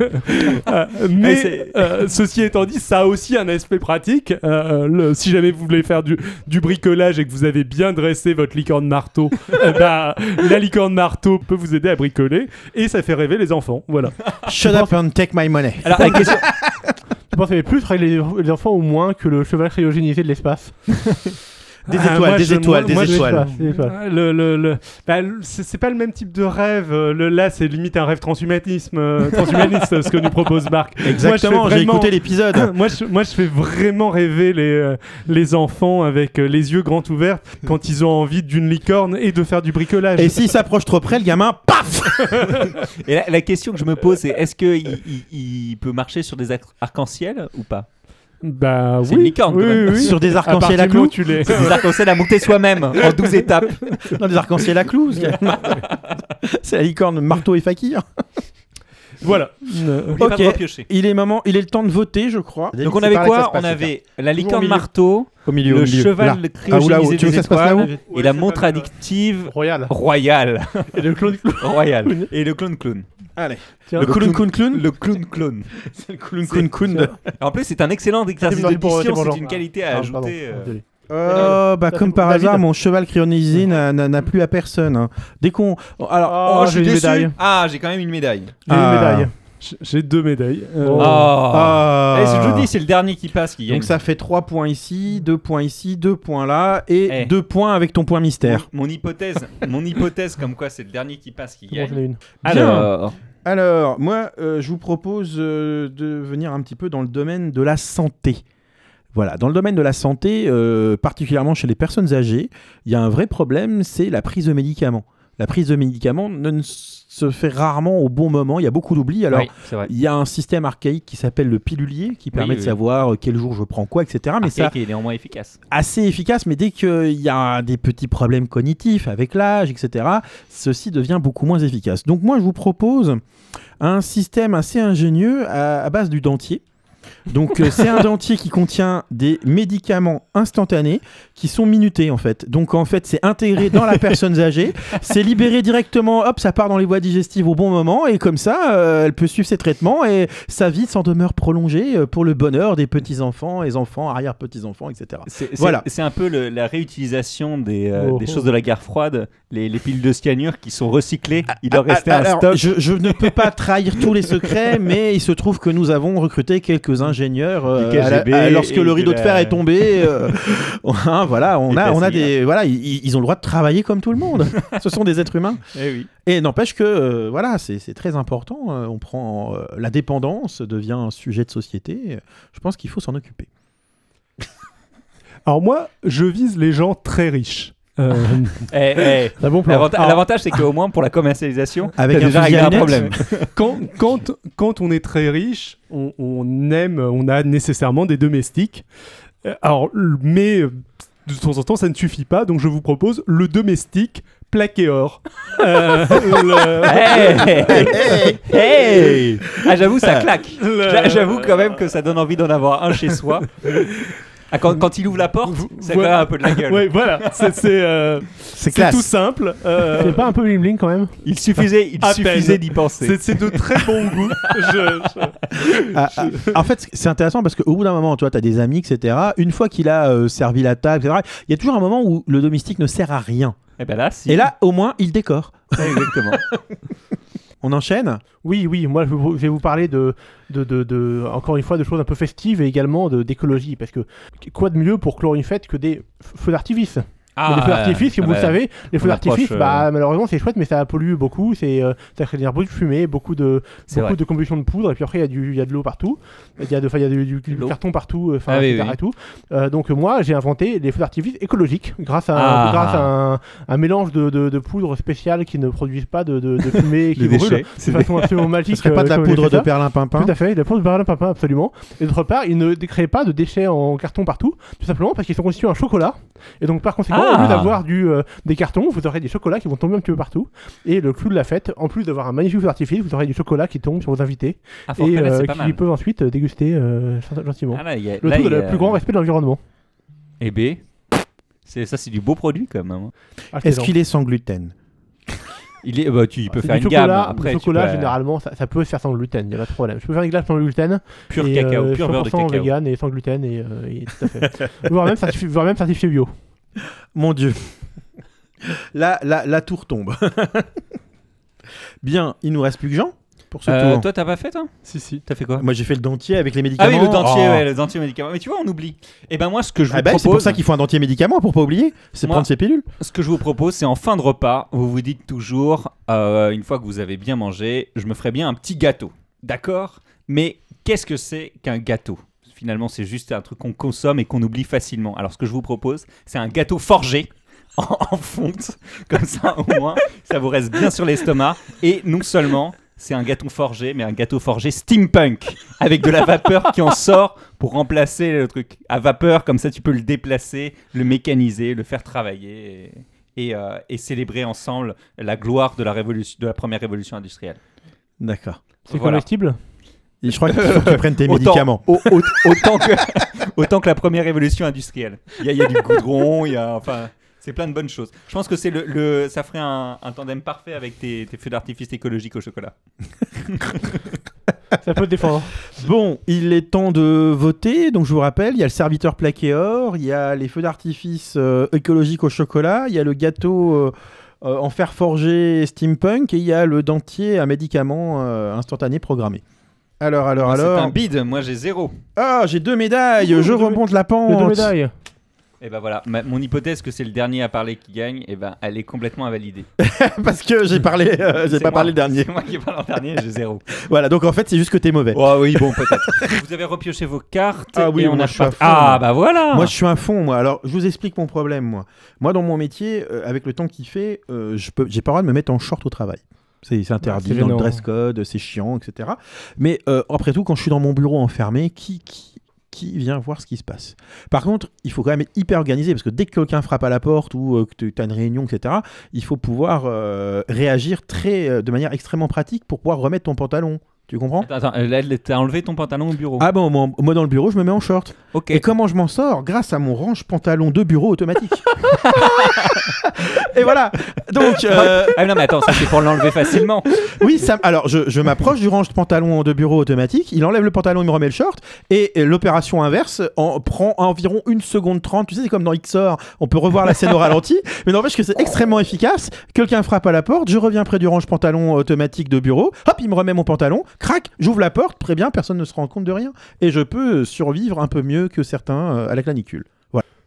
Speaker 3: Ouais,
Speaker 1: mais
Speaker 3: c'est-
Speaker 1: euh, ceci étant dit, ça a aussi un aspect pratique. Euh, le- si jamais vous voulez faire du, du bricolage et que vous avez bien dressé votre licorne marteau, euh, bah, la licorne marteau peut vous aider à bricoler et ça fait rêver les enfants. Voilà.
Speaker 4: Shut up and take my money.
Speaker 3: Alors la question,
Speaker 2: Je pense qu'il y avait plus régler les les enfants au moins que le cheval cryogénisé de l'espace.
Speaker 4: Des
Speaker 1: Ah,
Speaker 4: étoiles,
Speaker 1: moi,
Speaker 4: des
Speaker 1: je-
Speaker 4: étoiles,
Speaker 1: moi-
Speaker 4: des
Speaker 1: moi, je-
Speaker 4: étoiles.
Speaker 2: C'est l'étoile.
Speaker 1: Ah, Le, le, le- bah, le- c'est c'est pas le même type de rêve. Euh, Le, là, c'est limite un rêve transhumanisme, euh, transhumaniste, ce que nous propose Marc.
Speaker 4: Exactement, j'ai
Speaker 1: vraiment-
Speaker 4: écouté l'épisode.
Speaker 1: moi, je, moi, je fais vraiment rêver les, euh, les enfants avec euh, les yeux grands ouverts quand ils ont envie d'une licorne et de faire du bricolage.
Speaker 4: Et s'il s'approche trop près, le gamin, paf
Speaker 3: et la, la question que je me pose, c'est est-ce que il, il- il peut marcher sur des ar- arcs-en-ciel ou pas
Speaker 1: bah
Speaker 3: C'est
Speaker 1: oui,
Speaker 3: une licorne,
Speaker 1: oui,
Speaker 3: quand même.
Speaker 1: oui, oui.
Speaker 4: Sur des
Speaker 1: À partir
Speaker 4: arcs-en-ciel à
Speaker 1: du moment où
Speaker 4: clous
Speaker 1: tu les.
Speaker 3: Des arcs-en-ciel à monter soi-même en 12 étapes.
Speaker 4: Non, des arcs-en-ciel à clous. c'est- C'est la licorne marteau et fakir.
Speaker 1: voilà.
Speaker 3: N'oubliez pas de
Speaker 4: Ok.
Speaker 3: repiocher.
Speaker 4: Il est, moment, il est le temps de voter, je crois.
Speaker 3: Donc on avait
Speaker 4: C'est par là
Speaker 3: quoi
Speaker 4: que ça se
Speaker 3: On
Speaker 4: passe, c'est
Speaker 3: avait la licorne
Speaker 4: milieu.
Speaker 3: marteau,
Speaker 4: ça. au milieu,
Speaker 3: le
Speaker 4: au milieu, là.
Speaker 3: cheval
Speaker 4: Ah, ou là,
Speaker 3: cryogénisé
Speaker 4: tu veux
Speaker 3: des
Speaker 4: que ça se passe là
Speaker 3: étoiles
Speaker 4: où
Speaker 3: et la montre addictive
Speaker 2: Royal.
Speaker 3: royale.
Speaker 2: Et le clone
Speaker 3: Royale. Et le clone clown.
Speaker 4: Allez.
Speaker 2: Tiens.
Speaker 4: le clown clown clown.
Speaker 3: Le clown clown.
Speaker 4: Le clown clown clown. de-
Speaker 3: En plus, c'est un excellent exercice
Speaker 2: C'est bon,
Speaker 3: de
Speaker 2: pour- c'est
Speaker 3: diction,
Speaker 2: bon,
Speaker 3: c'est
Speaker 2: genre.
Speaker 3: une qualité à
Speaker 2: Ah, pardon.
Speaker 3: ajouter. euh,
Speaker 2: Désolé.
Speaker 4: Oh, bah
Speaker 2: Ça
Speaker 4: comme
Speaker 2: fait
Speaker 4: par
Speaker 2: pour
Speaker 4: hasard,
Speaker 2: David.
Speaker 4: mon cheval cryonisé n'a- n'a n'a plus à personne. hein. Dès qu'on. Alors,
Speaker 2: Oh,
Speaker 3: je suis
Speaker 2: j'ai une
Speaker 3: déçu.
Speaker 2: médaille.
Speaker 3: Ah, j'ai quand même une médaille.
Speaker 2: J'ai une
Speaker 4: Ah.
Speaker 2: médaille.
Speaker 1: J- J'ai deux médailles. Euh,
Speaker 2: Oh.
Speaker 3: Ah.
Speaker 4: ah.
Speaker 3: Eh, je vous dis, c'est le dernier qui passe qui gagne.
Speaker 4: Donc ça fait 3 points ici, 2 points ici, 2 points là, et
Speaker 3: Eh.
Speaker 4: 2 points avec ton point
Speaker 3: mon,
Speaker 4: mystère.
Speaker 3: mon hypothèse, mon hypothèse comme quoi c'est le dernier qui passe qui
Speaker 2: C'est bon, j'en
Speaker 3: gagne.
Speaker 2: ai une.
Speaker 4: Alors. Alors, moi, euh, je vous propose euh, de venir un petit peu dans le domaine de la santé. Voilà, dans le domaine de la santé, euh, particulièrement chez les personnes âgées, il y a un vrai problème, c'est la prise de médicaments. La prise de médicaments ne, ne se fait rarement au bon moment, il y a beaucoup d'oubli. Alors,
Speaker 3: Oui, c'est vrai.
Speaker 4: il y a un système archaïque qui s'appelle le pilulier, qui permet de
Speaker 3: oui. Ah,
Speaker 4: savoir euh, quel jour je prends quoi, etc. Mais
Speaker 3: Mais
Speaker 4: ça,
Speaker 3: ça est néanmoins efficace.
Speaker 4: assez efficace, mais dès qu'il y a des petits problèmes cognitifs avec l'âge, etc., ceci devient beaucoup moins efficace. Donc moi, je vous propose un système assez ingénieux à, à base du dentier. Donc euh, c'est un dentier qui contient des médicaments instantanés qui sont minutés en fait. Donc en fait c'est intégré dans la personne âgée, c'est libéré directement, hop ça part dans les voies digestives au bon moment et comme ça euh, elle peut suivre ses traitements et sa vie s'en demeure prolongée euh, pour le bonheur des petits-enfants, les enfants, arrière-petits-enfants, etc.
Speaker 3: C'est
Speaker 4: Voilà.
Speaker 3: c'est un peu le- la réutilisation des, euh,
Speaker 2: Oh,
Speaker 3: des
Speaker 2: oh.
Speaker 3: choses de la guerre froide, les, les piles de cyanure qui sont recyclées. Il doit rester
Speaker 4: Ah,
Speaker 3: un
Speaker 4: alors,
Speaker 3: stock.
Speaker 4: Je, je ne peux pas trahir tous les secrets, mais il se trouve que nous avons recruté quelques ingénieurs euh,
Speaker 3: Du
Speaker 4: à la-
Speaker 3: KGB
Speaker 4: à- lorsque
Speaker 3: et
Speaker 4: le rideau
Speaker 3: de
Speaker 4: de fer
Speaker 3: la-
Speaker 4: est tombé. euh, hein, voilà, on
Speaker 3: Et
Speaker 4: a, on a
Speaker 3: Casimir.
Speaker 4: des, voilà, ils, ils ont le droit de travailler comme tout le monde. Ce sont des êtres humains.
Speaker 3: Eh oui.
Speaker 4: Et n'empêche que, euh, voilà, c'est c'est très important. euh, on prend euh, la dépendance devient un sujet de société. euh, Je pense qu'il faut s'en occuper.
Speaker 1: Alors moi, je vise les gens très riches. Euh,
Speaker 3: Eh, eh,
Speaker 2: C'est un bon plan.
Speaker 3: l'avanta-
Speaker 2: Ah,
Speaker 3: L'avantage, c'est qu'au moins pour la commercialisation,
Speaker 4: Avec
Speaker 3: t'as
Speaker 4: un
Speaker 3: déjà
Speaker 4: fusil
Speaker 3: réglé
Speaker 4: à
Speaker 3: un
Speaker 4: lunettes.
Speaker 3: problème.
Speaker 1: quand, quand, quand on est très riche, on, on aime, on a nécessairement des domestiques. Euh, Alors, l- mais euh, de temps en temps, ça ne suffit pas. Donc, je vous propose le domestique plaqué or. Euh,
Speaker 3: Hey
Speaker 4: Hey
Speaker 3: Hey Eh, Ah, j'avoue, ça claque.
Speaker 1: le- le-
Speaker 3: J'a- J'avoue quand même que ça donne envie d'en avoir un chez soi. Ah, quand, quand il ouvre la porte,
Speaker 1: Vous-
Speaker 3: ça a quand
Speaker 1: voilà.
Speaker 3: même un peu de la gueule.
Speaker 1: Ouais, voilà, c'est c'est, euh,
Speaker 4: C'est
Speaker 1: c'est
Speaker 4: classe.
Speaker 1: tout simple. euh,
Speaker 2: Ah, C'est pas un peu bling quand même
Speaker 3: Il suffisait, il
Speaker 1: À peine.
Speaker 3: suffisait d'y penser.
Speaker 1: c'est c'est de très bon goût. Je- je-
Speaker 4: Ah, ah, en fait, c'est intéressant parce qu'au bout d'un moment, toi, tu as des amis, etc. Une fois qu'il a euh, servi la table, etc., il y a toujours un moment où le domestique ne sert à rien.
Speaker 3: Et ben là, si.
Speaker 4: Et là, au moins, il décore.
Speaker 3: Ouais, exactement.
Speaker 4: On enchaîne
Speaker 2: Oui, oui, moi je vais vous- je vais vous parler de, de, de, de- encore une fois, de choses un peu festives et également de- d'écologie. Parce que quoi de mieux pour clore une fête que des f- feux d'artifice Mais les feux d'artifice, comme
Speaker 3: ah
Speaker 2: vous
Speaker 3: bah,
Speaker 2: le savez, les feux
Speaker 3: on
Speaker 2: d'artifice,
Speaker 3: approche, euh,
Speaker 2: bah, malheureusement c'est chouette, mais ça pollue beaucoup, c'est, euh, ça crée des beaucoup de fumée, beaucoup de,
Speaker 3: c'est
Speaker 2: beaucoup
Speaker 3: vrai.
Speaker 2: de combustion de poudre, et puis après il y a du- il y, a de l'eau partout, il y a de, enfin, il y a du, du- du
Speaker 3: L'eau.
Speaker 2: carton partout, euh, enfin,
Speaker 3: Ah oui,
Speaker 2: etc.
Speaker 3: oui.
Speaker 2: et tout. Euh, donc euh, moi j'ai inventé les feux d'artifice écologiques grâce à,
Speaker 3: Ah.
Speaker 2: grâce à un, un mélange de, de, de poudre spéciale qui ne produisent pas de, de, de fumée et qui
Speaker 3: Les
Speaker 2: brûle
Speaker 3: déchets.
Speaker 2: de façon absolument magique.
Speaker 4: Ce serait pas
Speaker 2: euh,
Speaker 4: de la
Speaker 2: comme j'ai
Speaker 4: poudre
Speaker 2: fait
Speaker 4: de
Speaker 2: ça.
Speaker 4: perlimpinpin
Speaker 2: Tout à fait, de la poudre de Berlin Papin, absolument. Et d'autre part, ils ne créent pas de déchets en carton partout, tout simplement parce qu'ils sont constitués en chocolat. Et donc, par conséquent, au
Speaker 3: Ah.
Speaker 2: lieu d'avoir du, euh, des cartons, vous aurez des chocolats qui vont tomber un petit peu partout. Et le clou de la fête, en plus d'avoir un magnifique feu d'artifice, vous aurez du chocolat qui tombe sur vos invités
Speaker 3: Ah, faut
Speaker 2: et
Speaker 3: reconnaître,
Speaker 2: euh,
Speaker 3: c'est pas
Speaker 2: qui
Speaker 3: mal.
Speaker 2: peuvent ensuite euh, déguster euh, gent- gentiment.
Speaker 3: Ah, là, il y a,
Speaker 2: le
Speaker 3: là,
Speaker 2: tout
Speaker 3: il
Speaker 2: dans
Speaker 3: y
Speaker 2: le
Speaker 3: a-
Speaker 2: plus grand respect de l'environnement.
Speaker 3: Eh ben, c'est ça, c'est du beau produit quand même. hein.
Speaker 4: Est-ce
Speaker 2: Achetez-en.
Speaker 4: qu'il est sans gluten
Speaker 3: Il est, bah, tu peux
Speaker 2: Ah, Du
Speaker 3: faire une
Speaker 2: chocolat,
Speaker 3: gamme après.
Speaker 2: du
Speaker 3: tu
Speaker 2: chocolat
Speaker 3: peux, euh,
Speaker 2: généralement, ça, ça peut se faire sans gluten, il n'y a pas de problème. Je peux faire une glace sans gluten,
Speaker 3: Pur
Speaker 2: et,
Speaker 3: cacao,
Speaker 2: euh,
Speaker 3: pur beurre de
Speaker 2: 100%
Speaker 3: cacao.
Speaker 2: vegan et sans gluten et, euh, et tout à fait. voire, même certifié, voire même certifié bio.
Speaker 4: Mon Dieu. là, là, la tour tombe. Bien, il nous reste plus que Jean pour ce
Speaker 3: Euh,
Speaker 2: hein.
Speaker 4: tour.
Speaker 3: toi, t'as pas fait, toi
Speaker 1: Si, si.
Speaker 3: T'as fait quoi
Speaker 4: Moi, j'ai fait le dentier avec les
Speaker 3: Ah
Speaker 4: médicaments.
Speaker 3: oui, le dentier,
Speaker 4: Oh.
Speaker 3: ouais, le dentier médicament. Mais tu vois, on oublie. Et ben moi, ce que je vous
Speaker 4: Ah bah, c'est pour
Speaker 3: propose,
Speaker 4: ça qu'il faut un dentier médicament pour pas oublier. C'est
Speaker 3: Moi-
Speaker 4: prendre ses pilules.
Speaker 3: ce que je vous propose, c'est en fin de repas, vous vous dites toujours, euh, une fois que vous avez bien mangé, je me ferai bien un petit gâteau, d'accord Mais qu'est-ce que c'est qu'un gâteau Finalement, c'est juste un truc qu'on consomme et qu'on oublie facilement. Alors, ce que je vous propose, c'est un gâteau forgé. En, en fonte, comme ça au moins, ça vous reste bien sur l'estomac. Et non seulement c'est un gâteau forgé, mais un gâteau forgé steampunk, avec de la vapeur qui en sort pour remplacer le truc à vapeur, comme ça tu peux le déplacer, le mécaniser, le faire travailler et, et, euh, et célébrer ensemble la gloire de la, révolution, de la première révolution industrielle.
Speaker 4: D'accord.
Speaker 2: C'est
Speaker 3: Voilà.
Speaker 2: comestible
Speaker 4: Et Je crois qu'il faut que tu prennes tes
Speaker 3: Autant-
Speaker 4: médicaments.
Speaker 3: au- au- autant, que, autant que la première révolution industrielle. Il y, a- il y a du goudron, il y a. Enfin, c'est plein de bonnes choses. Je pense que c'est le, le- ça ferait un, un tandem parfait avec tes, tes feux d'artifice écologiques au chocolat.
Speaker 2: Ça peut te défendre.
Speaker 4: Bon, il est temps de voter. Donc, je vous rappelle, il y a le serviteur plaqué or, il y a les feux d'artifice euh, écologiques au chocolat, il y a le gâteau euh, euh, en fer forgé steampunk et il y a le dentier à médicaments euh, instantané programmé. Alors,
Speaker 2: Ah,
Speaker 4: alors,
Speaker 3: C'est
Speaker 4: alors.
Speaker 3: un bide, moi j'ai zéro.
Speaker 4: Ah, j'ai deux médailles,
Speaker 2: Ouh,
Speaker 4: je
Speaker 2: deux mé-
Speaker 4: remonte la
Speaker 2: Les deux
Speaker 4: pente.
Speaker 2: médailles.
Speaker 3: Et ben voilà, ma- mon hypothèse que c'est le dernier à parler qui gagne, et ben elle est complètement invalidée.
Speaker 4: Parce que j'ai parlé, euh, j'ai
Speaker 3: C'est
Speaker 4: pas
Speaker 3: moi.
Speaker 4: parlé le dernier.
Speaker 3: C'est moi qui parle en dernier, j'ai zéro.
Speaker 4: Voilà, donc en fait, c'est juste que t'es mauvais.
Speaker 3: Oh oui, bon, peut-être. Vous avez repioché vos cartes.
Speaker 4: Ah oui,
Speaker 3: et on
Speaker 4: moi,
Speaker 3: a
Speaker 4: je suis à
Speaker 3: repart-
Speaker 4: fond, moi.
Speaker 3: Ah bah voilà.
Speaker 4: Moi, je suis un fond, moi. Alors, je vous explique mon problème, moi. Moi, dans mon métier, euh, avec le temps qu'il fait, euh, je peux, j'ai pas le droit de me mettre en short au travail. C'est c'est interdit
Speaker 2: c'est
Speaker 4: dans le
Speaker 2: gênant.
Speaker 4: dress code, c'est chiant, etc. Mais euh, après tout, quand je suis dans mon bureau enfermé, qui, qui, qui vient voir ce qui se passe Par contre, il faut quand même être hyper organisé parce que dès que quelqu'un frappe à la porte ou euh, que tu as une réunion, etc., il faut pouvoir euh, réagir très, euh, de manière extrêmement pratique pour pouvoir remettre ton pantalon. Tu comprends
Speaker 2: Ah.
Speaker 3: Attends, attends, euh, là, t'as enlevé ton pantalon au bureau.
Speaker 4: Ah bon, moi, moi, dans le bureau, je me mets en short.
Speaker 3: ok.
Speaker 4: Et comment je m'en sors Grâce à mon range pantalon de bureau automatique. et voilà. Donc, euh,
Speaker 3: Ah non, mais attends, ça c'est pour l'enlever facilement.
Speaker 4: oui, ça. Alors, je, je m'approche du range pantalon de bureau automatique. Il enlève le pantalon, il me remet le short. Et euh, l'opération inverse en, prend environ une seconde 30. Tu sais, c'est comme dans XOR. On peut revoir la scène au ralenti. Mais n'empêche que c'est extrêmement efficace. Quelqu'un frappe à la porte. Je reviens près du range pantalon automatique de bureau. Hop, il me remet mon pantalon. Crac, j'ouvre la porte. Très bien, personne ne se rend compte de rien. Et je peux euh, survivre un peu mieux que certains euh, à la canicule.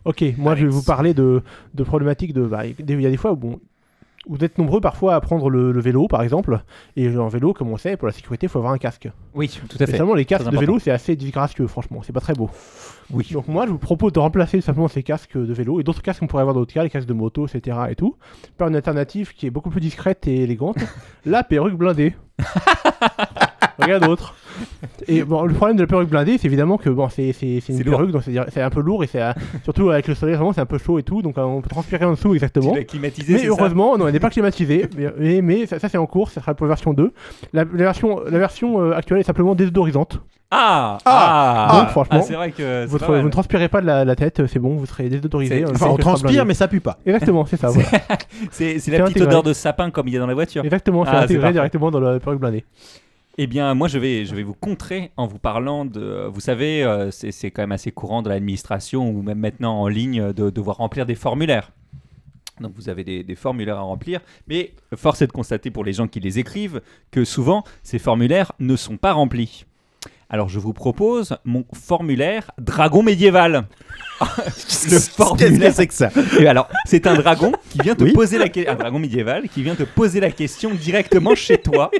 Speaker 2: Ok, moi je vais vous parler de, de problématiques de. bah, Il y a des fois où bon, vous êtes nombreux parfois à prendre le, le vélo par exemple. Et en vélo, comme on sait, pour la sécurité, il faut avoir un casque.
Speaker 3: Oui, tout à
Speaker 2: Mais
Speaker 3: fait.
Speaker 2: seulement les casques
Speaker 3: Très
Speaker 2: de
Speaker 3: important.
Speaker 2: vélo, c'est assez disgracieux, franchement, c'est pas très beau.
Speaker 3: Oui.
Speaker 2: Donc moi, je vous propose de remplacer simplement ces casques de vélo et d'autres casques qu'on pourrait avoir dans d'autres cas, les casques de moto, etc. et tout, par une alternative qui est beaucoup plus discrète et élégante, la perruque blindée. rien d'autre. Et bon, le problème de la perruque blindée, c'est évidemment que bon, c'est c'est- c'est
Speaker 3: C'est
Speaker 2: une
Speaker 3: lourd.
Speaker 2: perruque, donc c'est c'est un peu lourd et c'est euh, surtout avec le soleil, vraiment, c'est un peu chaud et tout, donc euh, on peut transpirer en dessous exactement.
Speaker 3: Tu l'as climatisé,
Speaker 2: Mais
Speaker 3: c'est ça
Speaker 2: heureusement, non, elle n'est pas climatisée. Mais, mais, mais ça, ça, c'est en cours, ça sera pour la version 2. La, la version, la version euh, actuelle est simplement désodorisante.
Speaker 3: Ah
Speaker 4: Ah,
Speaker 2: donc, franchement,
Speaker 3: c'est vrai que. c'est
Speaker 2: Vous,
Speaker 3: pas
Speaker 2: tra-
Speaker 3: mal.
Speaker 2: vous ne transpirez pas de la, la tête, c'est bon, vous serez
Speaker 3: C'est-
Speaker 2: désodorisé. euh,
Speaker 4: Enfin,
Speaker 2: le
Speaker 4: on
Speaker 2: fait que ça sera
Speaker 4: transpire,
Speaker 2: blindé.
Speaker 4: mais ça pue pas.
Speaker 2: Exactement, c'est ça. voilà.
Speaker 3: C'est c'est
Speaker 2: C'est
Speaker 3: la petite
Speaker 2: intégré.
Speaker 3: odeur de sapin comme il y a dans la voiture.
Speaker 2: Exactement, c'est
Speaker 3: Ah, c'est
Speaker 2: intégré
Speaker 3: parfait.
Speaker 2: directement dans la perruque blindée.
Speaker 3: Eh bien, moi, je vais, je vais vous contrer en vous parlant de. Vous savez, euh, c'est c'est quand même assez courant dans l'administration ou même maintenant en ligne euh, de devoir remplir des formulaires. Donc, vous avez des, des formulaires à remplir, mais force est de constater pour les gens qui les écrivent que souvent, ces formulaires ne sont pas remplis. Alors, je vous propose mon formulaire Dragon médiéval. le
Speaker 4: Qu'est-ce que
Speaker 3: formulaire.
Speaker 4: c'est que ça
Speaker 3: Et alors, c'est un dragon qui vient te
Speaker 4: Oui.
Speaker 3: poser la question, un dragon médiéval qui vient te poser la question directement chez toi.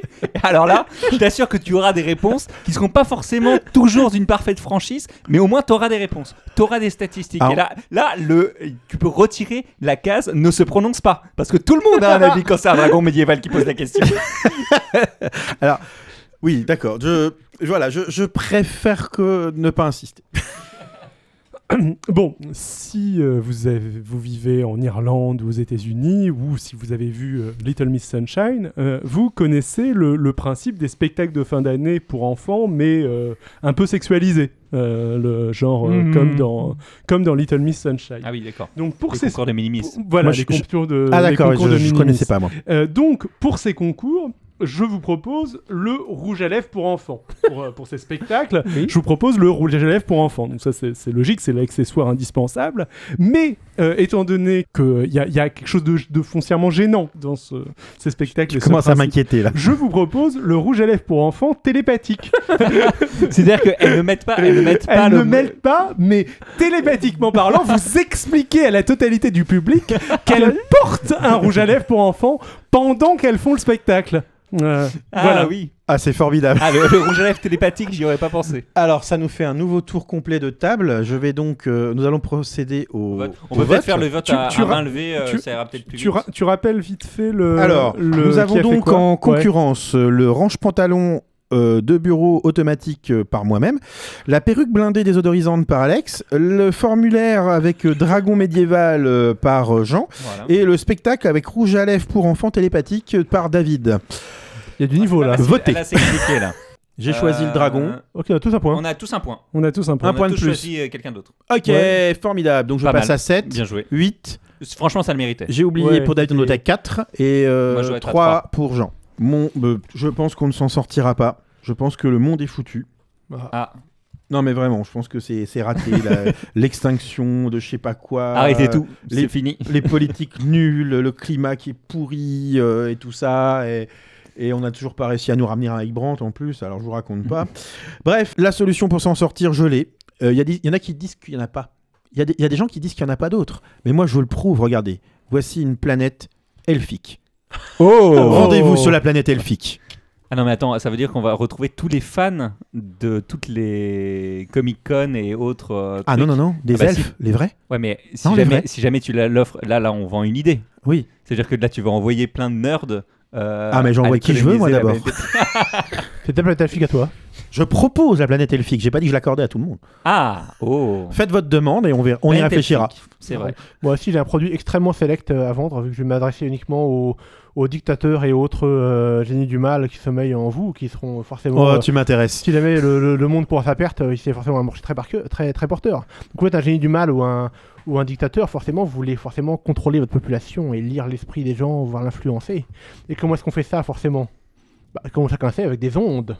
Speaker 3: Alors là, je t'assure que tu auras des réponses qui seront pas forcément toujours d'une parfaite franchise, mais au moins tu auras des réponses, tu auras des statistiques.
Speaker 1: Ah
Speaker 4: Alors-
Speaker 3: Et là, là, le, tu peux retirer la case ne se prononce pas parce que tout le monde a un avis quand c'est un dragon médiéval qui pose la question.
Speaker 4: Oui, d'accord. Je, je- voilà, je, je préfère que ne pas insister.
Speaker 1: Bon, si euh, vous, avez- vous vivez en Irlande ou aux États-Unis, ou si vous avez vu euh, Little Miss Sunshine, euh, vous connaissez le, le principe des spectacles de fin d'année pour enfants, mais euh, un peu sexualisés, Euh, le genre euh,
Speaker 2: Mhm.
Speaker 1: comme, dans, comme dans Little Miss Sunshine.
Speaker 3: Ah oui, d'accord.
Speaker 1: Donc pour
Speaker 3: Pour
Speaker 1: ces
Speaker 3: concours de minimis.
Speaker 1: pour- voilà
Speaker 4: Moi,
Speaker 1: les
Speaker 4: je-
Speaker 1: concours de
Speaker 4: Ah
Speaker 1: les
Speaker 4: d'accord,
Speaker 1: concours
Speaker 4: je,
Speaker 1: de
Speaker 4: je
Speaker 1: minimis.
Speaker 4: connaissais pas moi.
Speaker 1: Euh, donc, pour ces concours, je vous propose le rouge à lèvres pour enfants. Pour, euh, pour ces spectacles,
Speaker 2: Oui.
Speaker 1: je vous propose le rouge à lèvres pour enfants. Donc ça, c'est c'est logique, c'est l'accessoire indispensable. Mais, euh, étant donné qu'il y a, y a quelque chose de, de foncièrement gênant dans ce- ces spectacles... et
Speaker 4: Je
Speaker 1: ce
Speaker 4: commence à
Speaker 1: principe,
Speaker 4: m'inquiéter là.
Speaker 1: Je vous propose le rouge à lèvres pour enfants télépathique.
Speaker 3: C'est-à-dire qu'elles ne mettent pas, elles ne mettent pas
Speaker 1: Elle
Speaker 3: le
Speaker 1: ne
Speaker 3: mot-
Speaker 1: mêle pas, mais télépathiquement parlant, vous expliquez à la totalité du public qu'elle porte un rouge à lèvres pour enfants pendant qu'elles font le spectacle. Euh,
Speaker 3: Ah
Speaker 1: voilà.
Speaker 3: oui.
Speaker 4: Ah, c'est formidable.
Speaker 3: Ah le, le rouge à lèvres télépathique, j'y aurais pas pensé.
Speaker 4: Alors, ça nous fait un nouveau tour complet de table. Je vais donc, euh, nous allons procéder au.
Speaker 3: On
Speaker 4: au
Speaker 3: peut
Speaker 4: vote.
Speaker 3: peut-être faire le vote
Speaker 1: Tu-
Speaker 3: à,
Speaker 1: tu
Speaker 3: à
Speaker 1: ra-
Speaker 3: main levée, euh,
Speaker 1: tu-
Speaker 3: ça ira peut-être plus
Speaker 1: Tu,
Speaker 3: vite.
Speaker 1: ra- tu rappelles vite fait le.
Speaker 4: Alors,
Speaker 1: le-
Speaker 4: Euh, nous
Speaker 1: qui
Speaker 4: avons
Speaker 1: a fait
Speaker 4: donc
Speaker 1: quoi
Speaker 4: en
Speaker 1: Ouais.
Speaker 4: concurrence euh, le range-pantalon euh, de bureau automatique euh, par moi-même, la perruque blindée désodorisante par Alex, le formulaire avec euh, dragon médiéval euh, par euh, Jean,
Speaker 3: Voilà.
Speaker 4: et le spectacle avec rouge à lèvres pour enfants télépathique euh, par David.
Speaker 2: Il y a du niveau là.
Speaker 3: Ah, c'est-
Speaker 4: Votez.
Speaker 3: Là, c'est compliqué, là.
Speaker 4: J'ai choisi
Speaker 3: Euh,
Speaker 4: le dragon.
Speaker 2: Ok, on a tous un point.
Speaker 3: On a tous un point.
Speaker 1: On a tous un
Speaker 3: On
Speaker 1: point.
Speaker 3: a
Speaker 4: point de
Speaker 3: tous
Speaker 4: plus.
Speaker 3: choisi euh, quelqu'un d'autre.
Speaker 4: Ok, formidable. Donc je
Speaker 3: Pas
Speaker 4: passe
Speaker 3: mal.
Speaker 4: à 7,
Speaker 3: Bien joué.
Speaker 4: 8,
Speaker 3: Franchement, ça le méritait.
Speaker 4: j'ai oublié
Speaker 1: Ouais,
Speaker 4: pour David, on
Speaker 1: et-
Speaker 4: note à 4, et euh,
Speaker 3: Moi, je vais être à
Speaker 4: 3, pour Jean. Mon, euh, je pense qu'on ne s'en sortira pas. Je pense que le monde est foutu.
Speaker 3: Ah,
Speaker 4: Non, mais vraiment, je pense que c'est c'est raté. la- L'extinction de je sais pas quoi.
Speaker 3: arrêtez
Speaker 4: euh,
Speaker 3: tout.
Speaker 4: les-
Speaker 3: C'est fini.
Speaker 4: Les politiques nulles, le climat qui est pourri euh, et tout ça. Et, et on n'a toujours pas réussi à nous ramener un Ike Brandt en plus, alors je vous raconte pas. Bref, la solution pour s'en sortir, je l'ai. Euh, Il y, a des- y en a qui disent qu'il n'y en a pas. Il y, a des- y a des gens qui disent qu'il n'y en a pas d'autres. Mais moi, je vous le prouve, regardez. Voici une planète elfique.
Speaker 1: Oh
Speaker 4: Rendez-vous sur la planète elfique.
Speaker 3: Ah non, mais attends, ça veut dire qu'on va retrouver tous les fans de toutes les Comic-Con et autres. euh,
Speaker 4: Ah
Speaker 3: trucs.
Speaker 4: non, non, non, des
Speaker 3: Ah bah si.
Speaker 4: elfes, les vrais
Speaker 3: Ouais, mais si,
Speaker 4: Non, les vrais.
Speaker 3: jamais, si jamais tu la- l'offres, là, là, on vend une idée.
Speaker 4: Oui.
Speaker 3: C'est-à-dire que là, tu vas envoyer plein de nerds. euh,
Speaker 4: Ah, mais j'envoie
Speaker 3: aller
Speaker 4: qui je veux, moi,
Speaker 3: coloniser la
Speaker 4: d'abord.
Speaker 3: planète.
Speaker 2: C'est ta planète à toi.
Speaker 4: Je propose la planète elfique, j'ai pas dit que je l'accordais à tout le monde.
Speaker 3: Ah, oh.
Speaker 4: Faites votre demande et on, verra- on y
Speaker 3: Planète
Speaker 4: réfléchira.
Speaker 3: elfique, C'est vrai.
Speaker 2: Moi aussi, j'ai un produit extrêmement select euh, à vendre, vu que je vais m'adresser uniquement aux, aux dictateurs et autres euh, génies du mal qui sommeillent en vous, qui seront forcément.
Speaker 4: Oh,
Speaker 2: euh,
Speaker 4: tu m'intéresses.
Speaker 2: Si jamais le, le- le monde pour sa perte, euh, c'est forcément un marché très, parqueux- très, très porteur. Donc, vous êtes un génie du mal ou un, ou un dictateur, forcément, vous voulez forcément contrôler votre population et lire l'esprit des gens, voire l'influencer. Et comment est-ce qu'on fait ça, forcément bah, Comme chacun sait, avec des ondes.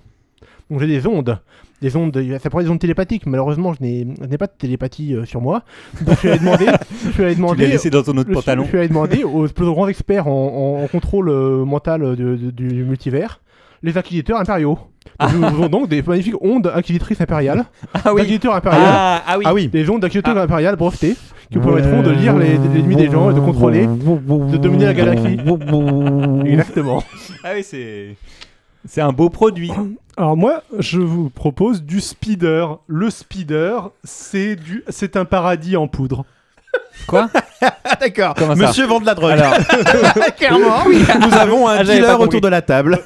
Speaker 2: Donc, j'ai des ondes. Des ondes, euh, ça pourrait être des ondes télépathiques. Malheureusement, je n'ai je n'ai pas de télépathie euh, sur moi. Donc, je suis allé demander. Je suis allé
Speaker 3: Tu l'as
Speaker 2: demander
Speaker 3: laissé dans ton autre
Speaker 2: je suis-
Speaker 3: pantalon.
Speaker 2: Je suis allé demander aux plus grands experts en, en- en contrôle euh, mental euh, de- de- du, du multivers, les inquisiteurs impériaux. Donc, Nous avons donc des magnifiques ondes inquisitrices impériales,
Speaker 3: Ah oui.
Speaker 2: d'inquisiteurs impériaux,
Speaker 3: Ah, ah oui.
Speaker 4: Ah oui.
Speaker 2: des ondes inquisiteurs impériales brevetées, qui permettront de lire les, les ennemis des gens et de contrôler, de dominer la galaxie. Exactement.
Speaker 3: Ah oui, c'est. C'est un beau produit.
Speaker 1: Alors moi, je vous propose du speeder. Le speeder, c'est du, c'est un paradis en poudre.
Speaker 3: Quoi
Speaker 4: Ah, d'accord.
Speaker 3: Comment ça
Speaker 4: Monsieur vend de la drogue.
Speaker 3: Alors,
Speaker 4: Clairement. Nous avons un
Speaker 3: Ah, j'avais pas
Speaker 4: dealer
Speaker 3: compris.
Speaker 4: autour de la table.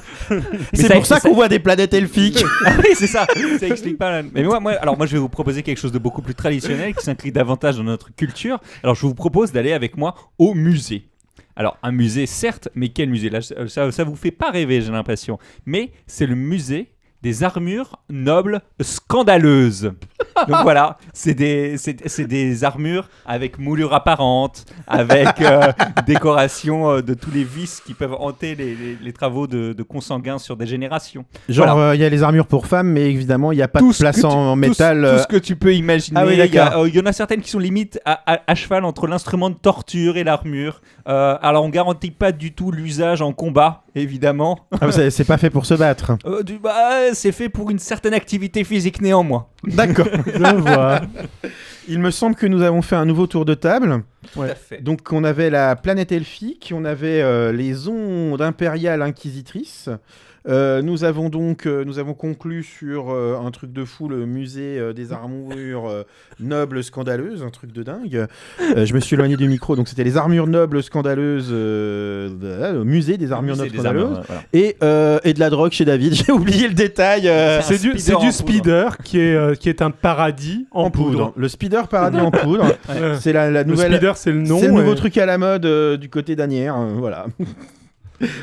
Speaker 4: C'est
Speaker 3: ça-
Speaker 4: pour ça
Speaker 3: ça-
Speaker 4: qu'on voit des planètes elfiques.
Speaker 3: ah oui, c'est ça. Ça explique pas. la- Mais moi, moi, alors moi, je vais vous proposer quelque chose de beaucoup plus traditionnel qui s'inclut davantage dans notre culture. Alors, je vous propose d'aller avec moi au musée. Alors, un musée, certes, mais quel musée Là, ça, ça vous fait pas rêver, j'ai l'impression. Mais c'est le musée des armures nobles scandaleuses. Donc voilà, c'est des, c'est, c'est des armures avec moulures apparentes, avec euh, décoration euh, de tous les vices qui peuvent hanter les, les- les travaux de, de consanguins sur des générations.
Speaker 4: Genre, euh, il
Speaker 3: Voilà.
Speaker 4: y a les armures pour femmes, mais évidemment, il n'y a pas
Speaker 3: Tout
Speaker 4: de
Speaker 3: ce
Speaker 4: place
Speaker 3: que tu-
Speaker 4: en
Speaker 3: tout ce-
Speaker 4: métal.
Speaker 3: Tout,
Speaker 4: euh,
Speaker 3: ce que tu peux imaginer.
Speaker 4: Ah oui,
Speaker 3: il, y a-
Speaker 4: d'accord.
Speaker 3: euh, il y en a certaines qui sont limite à, à- à cheval entre l'instrument de torture et l'armure. Euh, alors on garantit pas du tout l'usage en combat, évidemment.
Speaker 4: ah, mais c'est- c'est pas fait pour se battre.
Speaker 3: Euh, du- bah, c'est fait pour une certaine activité physique néanmoins.
Speaker 4: D'accord.
Speaker 2: Je vois.
Speaker 4: Il me semble que nous avons fait un nouveau tour de table.
Speaker 3: Tout à fait.
Speaker 4: Donc, on avait la planète elfique, on avait euh, les ondes impériales inquisitrices. Euh, nous avons donc euh, nous avons conclu sur euh, un truc de fou, le musée euh, des armures euh, nobles scandaleuses, un truc de dingue. Euh, je me suis éloigné du micro, donc c'était les armures nobles scandaleuses, euh, de- le musée des armures
Speaker 3: C'est
Speaker 4: nobles
Speaker 3: des armures,
Speaker 4: scandaleuses.
Speaker 3: euh, voilà.
Speaker 4: et, euh, et de la drogue chez David. J'ai oublié le détail. euh,
Speaker 1: C'est du,
Speaker 3: speeder
Speaker 1: c'est
Speaker 3: en
Speaker 1: du
Speaker 3: poudre.
Speaker 1: speeder qui est, euh, qui est un paradis en,
Speaker 4: en poudre.
Speaker 1: poudre.
Speaker 4: Le speeder paradis en poudre.
Speaker 1: Ouais.
Speaker 4: C'est la, la
Speaker 1: Le
Speaker 4: nouvelle.
Speaker 1: speeder, c'est le nom.
Speaker 4: C'est le nouveau
Speaker 1: et-
Speaker 4: truc à la mode euh, du côté d'Anière. euh, voilà.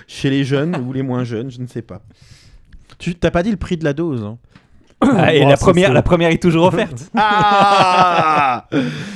Speaker 4: chez les jeunes ou les moins jeunes, je ne sais pas. Tu t'as pas dit le prix de la dose. hein.
Speaker 3: Ah, et
Speaker 1: Oh,
Speaker 3: la
Speaker 1: ça,
Speaker 3: première,
Speaker 1: c'est-
Speaker 3: la première est toujours offerte.
Speaker 4: Ah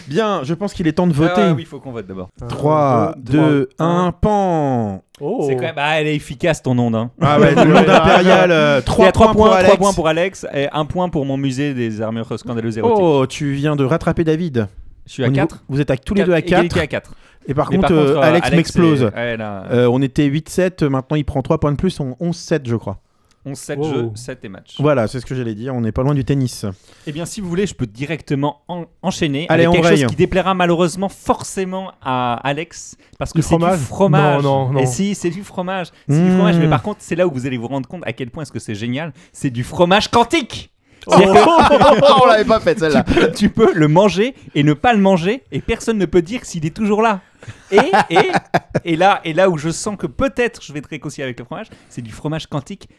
Speaker 4: Bien, je pense qu'il est temps de voter.
Speaker 3: Ah oui, faut qu'on vote d'abord.
Speaker 1: Un,
Speaker 4: 3,
Speaker 1: deux, trois,
Speaker 4: 2, 1, pan
Speaker 1: Oh.
Speaker 3: C'est quand même- ah, elle est efficace ton onde. hein.
Speaker 4: Ah ouais, le monde impérial, euh,
Speaker 3: Il y a
Speaker 4: 3
Speaker 3: 3
Speaker 4: points,
Speaker 3: points,
Speaker 4: pour
Speaker 3: trois
Speaker 4: Alex.
Speaker 3: points pour Alex et 1 point pour mon musée des armures scandaleuses érotiques.
Speaker 4: Oh, tu viens de rattraper David.
Speaker 3: Je suis à
Speaker 4: Au niveau-
Speaker 3: 4.
Speaker 4: Vous êtes à tous les deux à 4.
Speaker 3: à 4.
Speaker 4: Et par
Speaker 3: Mais
Speaker 4: contre, euh,
Speaker 3: euh,
Speaker 4: Alex, m'explose.
Speaker 3: est- ouais, là,
Speaker 4: Euh, on était 8-7, maintenant il prend 3 points de plus, on 11-7 je crois.
Speaker 3: 11-7
Speaker 1: Wow.
Speaker 3: jeux, 7 et match.
Speaker 4: Voilà, c'est ce que j'allais dire, on n'est pas loin du tennis.
Speaker 3: Eh bien, si vous voulez, je peux directement en- enchaîner
Speaker 4: Allez, on
Speaker 3: avec quelque
Speaker 4: raye.
Speaker 3: chose qui déplaira malheureusement forcément à Alex, parce que
Speaker 2: Du
Speaker 3: c'est du
Speaker 2: fromage
Speaker 3: fromage.
Speaker 2: Non, non, non.
Speaker 3: Et si, c'est du fromage. C'est du
Speaker 4: Mmh.
Speaker 3: fromage, mais par contre, c'est là où vous allez vous rendre compte à quel point est-ce que c'est génial. C'est du fromage quantique
Speaker 2: Oh,
Speaker 4: Oh, on l'avait pas fait celle-là.
Speaker 3: tu peux le manger et ne pas le manger et personne ne peut dire s'il est toujours là. Et, et, et là, et là où je sens que peut-être je vais te réconcilier avec le fromage, c'est du fromage quantique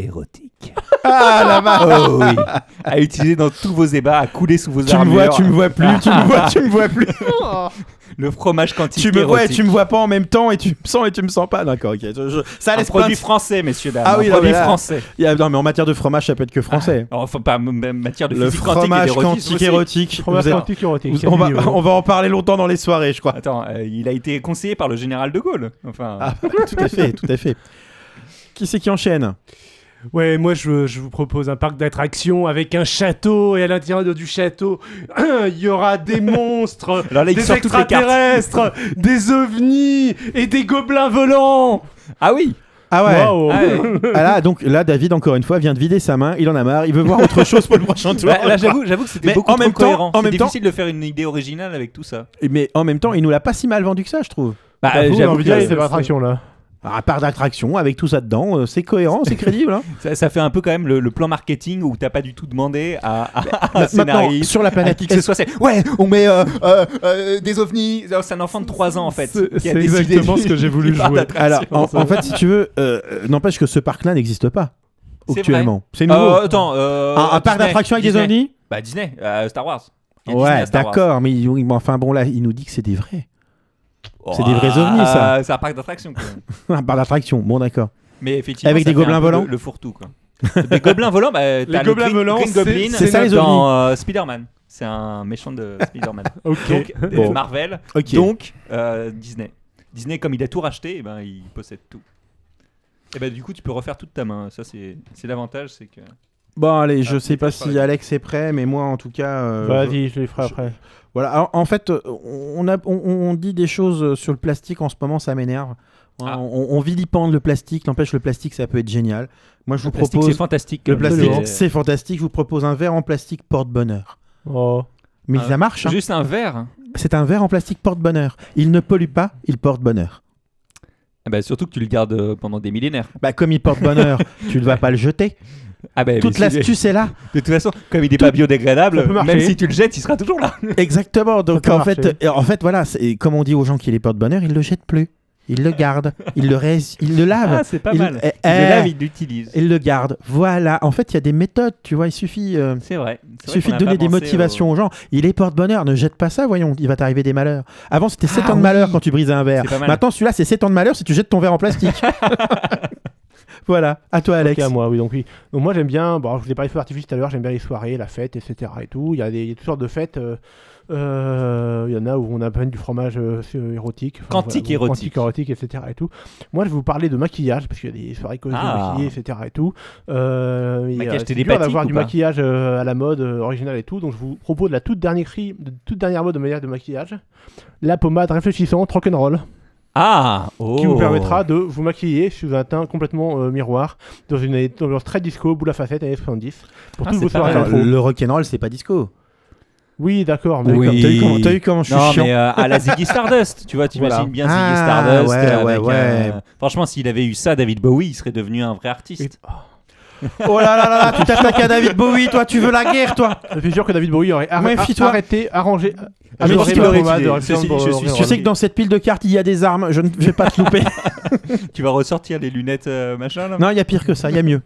Speaker 3: érotique.
Speaker 4: Ah la vache
Speaker 3: Oh oui. À utiliser dans tous vos ébats, à couler sous vos
Speaker 4: Tu me
Speaker 3: armures. Ah,
Speaker 4: vois, tu me vois plus, tu me vois, tu me vois plus.
Speaker 2: Oh.
Speaker 3: Le fromage quantique
Speaker 4: tu me vois et
Speaker 3: érotique.
Speaker 4: tu me vois pas en même temps et tu me sens et tu me sens pas. D'accord, ok. je- je- Ça
Speaker 3: Un
Speaker 4: laisse
Speaker 3: produit
Speaker 4: produit.
Speaker 3: français, messieurs dames.
Speaker 4: Ah oui,
Speaker 3: un
Speaker 4: non,
Speaker 3: produit
Speaker 4: mais là-
Speaker 3: français.
Speaker 4: Non mais en matière de fromage, ça peut être que français.
Speaker 3: Alors, Enfin, pas en matière Ah, de
Speaker 4: Le
Speaker 3: physique quantique et
Speaker 4: fromage
Speaker 3: d'érotisme
Speaker 4: quantique
Speaker 3: aussi.
Speaker 4: érotique.
Speaker 2: Fromage
Speaker 4: Vous êtes-
Speaker 2: quantique érotique.
Speaker 4: vous-
Speaker 2: c'est
Speaker 4: On va,
Speaker 2: mignon.
Speaker 4: on va en parler longtemps dans les soirées, je crois.
Speaker 3: Attends, euh, il a été conseillé par le général de Gaulle. Enfin,
Speaker 4: Ah, tout à fait, tout à fait. Qui c'est qui enchaîne
Speaker 1: Ouais, moi je, je vous propose un parc d'attractions avec un château et à l'intérieur du château, il y aura des monstres,
Speaker 3: Alors là, il
Speaker 1: des
Speaker 3: sort toutes les cartes.
Speaker 1: extraterrestres, des ovnis et des gobelins volants.
Speaker 3: ah oui.
Speaker 4: Ah
Speaker 1: Waouh.
Speaker 3: Ah ouais.
Speaker 4: Ah là, donc là, David, encore une fois, vient de vider sa main, il en a marre, il veut voir autre chose pour le prochain tour.
Speaker 3: Bah, Là, là, j'avoue, j'avoue que
Speaker 4: Mais
Speaker 3: c'était beaucoup
Speaker 4: en
Speaker 3: trop
Speaker 4: même temps-
Speaker 3: cohérent.
Speaker 4: en
Speaker 3: C'est
Speaker 4: même temps-
Speaker 3: difficile de faire une idée originale avec tout ça.
Speaker 4: Mais en même temps, il nous l'a pas si mal vendu que ça, je trouve.
Speaker 3: Bah,
Speaker 2: J'avoue, j'ai envie d'y aller,
Speaker 1: que-
Speaker 2: c'est pas attraction là.
Speaker 4: À part d'attraction, avec tout ça dedans, euh, c'est cohérent, c'est crédible. hein.
Speaker 3: ça, ça fait un peu quand même le, le plan marketing où t'as pas du tout demandé à, à- à un
Speaker 4: Bah, Maintenant,
Speaker 3: scénariste.
Speaker 4: sur la
Speaker 3: à
Speaker 4: planète,
Speaker 3: qui que ce soit, c'est ouais, on met euh, euh, euh, des ovnis. Alors, C'est un enfant de 3 ans en fait.
Speaker 1: C'est-
Speaker 3: qui a
Speaker 1: c'est
Speaker 3: décidé
Speaker 1: exactement
Speaker 3: du-
Speaker 1: ce que j'ai voulu
Speaker 3: du parc
Speaker 1: jouer.
Speaker 3: d'attraction.
Speaker 4: Alors, en, en fait, si tu veux, euh, euh, n'empêche que ce parc-là n'existe pas
Speaker 3: C'est
Speaker 4: actuellement. C'est nouveau.
Speaker 3: Euh, attends, euh,
Speaker 4: un, un parc
Speaker 3: Disney,
Speaker 4: d'attraction avec
Speaker 3: Disney.
Speaker 4: des ovnis
Speaker 3: Bah Disney, euh, Star Wars. Il y a Disney
Speaker 4: Ouais,
Speaker 3: à Star Wars.
Speaker 4: d'accord, mais ils- ils- enfin bon, là, il nous dit que c'est des vrais. c'est des
Speaker 3: Oh,
Speaker 4: vrais ovnis, ça.
Speaker 3: euh, C'est un parc d'attraction. quand même.
Speaker 4: un parc d'attraction, bon, d'accord.
Speaker 3: Mais effectivement,
Speaker 4: Avec
Speaker 3: ça
Speaker 4: des
Speaker 3: fait un
Speaker 4: gobelins
Speaker 3: peu le-
Speaker 4: volants
Speaker 3: Le fourre-tout quoi. Des gobelins volants, bah, t'as le
Speaker 1: gobelins
Speaker 3: Green-
Speaker 1: volants,
Speaker 3: Green
Speaker 1: c'est-
Speaker 3: Goblin
Speaker 4: c'est ça, les
Speaker 3: dans euh, Spider-Man. C'est un méchant de Spider-Man.
Speaker 1: Ok.
Speaker 3: Donc, euh,
Speaker 4: Bon.
Speaker 3: Marvel,
Speaker 4: Ok.
Speaker 3: donc euh, Disney. Disney, comme il a tout racheté, eh ben, il possède tout. Et ben, du coup, tu peux refaire toute ta main. Ça, c'est c'est l'avantage. c'est que
Speaker 4: Bon, allez, je
Speaker 3: Ah,
Speaker 4: sais pas
Speaker 3: c'est pareil.
Speaker 4: si Alex est prêt, mais moi, en tout cas. euh, je-
Speaker 2: Vas-y, je les ferai
Speaker 4: je-
Speaker 2: après.
Speaker 4: Voilà, Alors, en fait, euh, on, a, on, on dit des choses euh, sur le plastique en ce moment, ça m'énerve. Hein,
Speaker 3: Ah.
Speaker 4: On, on vilipende le plastique, n'empêche, le plastique, ça peut être génial. Moi, je vous
Speaker 3: plastique,
Speaker 4: propose.
Speaker 3: c'est fantastique.
Speaker 4: Le
Speaker 3: Absolument.
Speaker 4: plastique, c'est fantastique. Je vous propose un verre en plastique porte-bonheur.
Speaker 2: Oh.
Speaker 4: Mais
Speaker 3: Ah,
Speaker 4: ça marche. hein.
Speaker 3: Juste un verre.
Speaker 4: C'est un verre en plastique porte-bonheur. Il ne pollue pas, il porte bonheur.
Speaker 3: Eh ben, surtout que tu le gardes euh, pendant des millénaires.
Speaker 4: Bah, comme il porte bonheur, tu ne vas pas le jeter.
Speaker 3: Ah ben,
Speaker 4: Toute
Speaker 3: mais si-
Speaker 4: l'astuce est là.
Speaker 3: De toute façon, comme il n'est pas
Speaker 2: ça peut
Speaker 3: biodégradable,
Speaker 2: marcher.
Speaker 3: même si tu le jettes, il sera toujours là.
Speaker 4: Exactement. Donc
Speaker 2: peut
Speaker 4: en
Speaker 2: marcher.
Speaker 4: fait, et en fait, voilà, c'est- comme on dit aux gens qui les portent bonheur, ils le jettent plus. Ils le gardent, ils le ré- ils le lavent.
Speaker 3: Ah, c'est pas
Speaker 4: ils-
Speaker 3: mal.
Speaker 4: eh,
Speaker 3: Il le
Speaker 4: eh,
Speaker 3: lave, il l'utilise.
Speaker 4: ils le gardent. Voilà. En fait, il y a des méthodes, tu vois. Il suffit, euh,
Speaker 3: C'est vrai. C'est vrai
Speaker 4: suffit de
Speaker 3: qu'on a
Speaker 4: donner
Speaker 3: pas
Speaker 4: des
Speaker 3: pensé
Speaker 4: motivations aux... gens. Il est porte-bonheur, ne jette pas ça, voyons, il va t'arriver des malheurs. Avant, c'était 7
Speaker 3: Ah
Speaker 4: ans de
Speaker 3: oui.
Speaker 4: malheur quand tu brisais un verre.
Speaker 3: C'est pas mal.
Speaker 4: Maintenant, celui-là, c'est 7 ans de malheur si tu jettes ton verre en plastique. voilà. À toi, Alex.
Speaker 2: Ok, à moi, oui, donc oui. Donc moi j'aime bien, bon, je vous ai parlé de feux d'artifice tout à l'heure, j'aime bien les soirées, la fête, etc. et tout. Il y a, des, il y a toutes sortes de fêtes. euh, euh, Il y en a où on a peine du fromage euh, euh, érotique. Enfin,
Speaker 3: Quantique
Speaker 2: voilà, donc,
Speaker 3: érotique.
Speaker 2: Quantique érotique, etc. et tout. Moi je vais vous parler de maquillage, parce qu'il y a des soirées cosy,
Speaker 3: Ah.
Speaker 2: maquillées, etc. et tout. Euh, il y a-
Speaker 3: Maquillage,
Speaker 2: c'est
Speaker 3: t'es des
Speaker 2: dur
Speaker 3: batiques
Speaker 2: d'avoir
Speaker 3: ou
Speaker 2: du
Speaker 3: pas
Speaker 2: maquillage euh, à la mode euh, originale et tout. Donc je vous propose la toute dernière, cri, de toute dernière mode de manière de maquillage. La pommade réfléchissante rock'n'roll
Speaker 3: Ah oh.
Speaker 2: qui vous permettra de vous maquiller sous un teint complètement euh, miroir dans une ambiance très disco, boule à facettes années 70 pour
Speaker 3: Ah,
Speaker 2: toutes
Speaker 3: c'est
Speaker 2: vos
Speaker 3: pas
Speaker 2: soirées
Speaker 3: mal.
Speaker 2: info.
Speaker 4: Attends, le rock'n'roll, c'est pas disco.
Speaker 2: Oui, d'accord, mais
Speaker 3: Oui.
Speaker 2: comme-
Speaker 4: T'as vu comment- T'as vu comment je suis
Speaker 3: Non,
Speaker 4: chiant
Speaker 3: mais euh, à la Ziggy Stardust, tu vois, t'imagines
Speaker 2: Voilà.
Speaker 3: bien
Speaker 4: Ah,
Speaker 3: Ziggy Stardust.
Speaker 4: ouais,
Speaker 3: euh,
Speaker 4: ouais,
Speaker 3: avec,
Speaker 4: ouais.
Speaker 3: euh, franchement, s'il avait eu ça, David Bowie, il serait devenu un vrai
Speaker 2: Et-
Speaker 3: artiste.
Speaker 4: Oh là là là là, tu t'attaques à David Bowie, toi, tu veux la guerre, toi.
Speaker 2: je suis sûr que David Bowie aurait arr-
Speaker 4: Méfie-toi.
Speaker 2: arrêté, arrangé,
Speaker 4: je pense
Speaker 2: amélioré
Speaker 4: qu'il
Speaker 2: ma
Speaker 4: aurait
Speaker 2: pommade
Speaker 3: utilisé.
Speaker 2: aurait fait
Speaker 3: Ceci,
Speaker 2: un bon
Speaker 3: je suis
Speaker 2: rock'n'roll.
Speaker 4: Tu sais que dans cette pile de cartes, il y a des armes. Je ne vais pas te louper.
Speaker 3: Tu vas ressortir les lunettes, euh, machin. Là.
Speaker 4: non, il y a pire que ça, il y a mieux.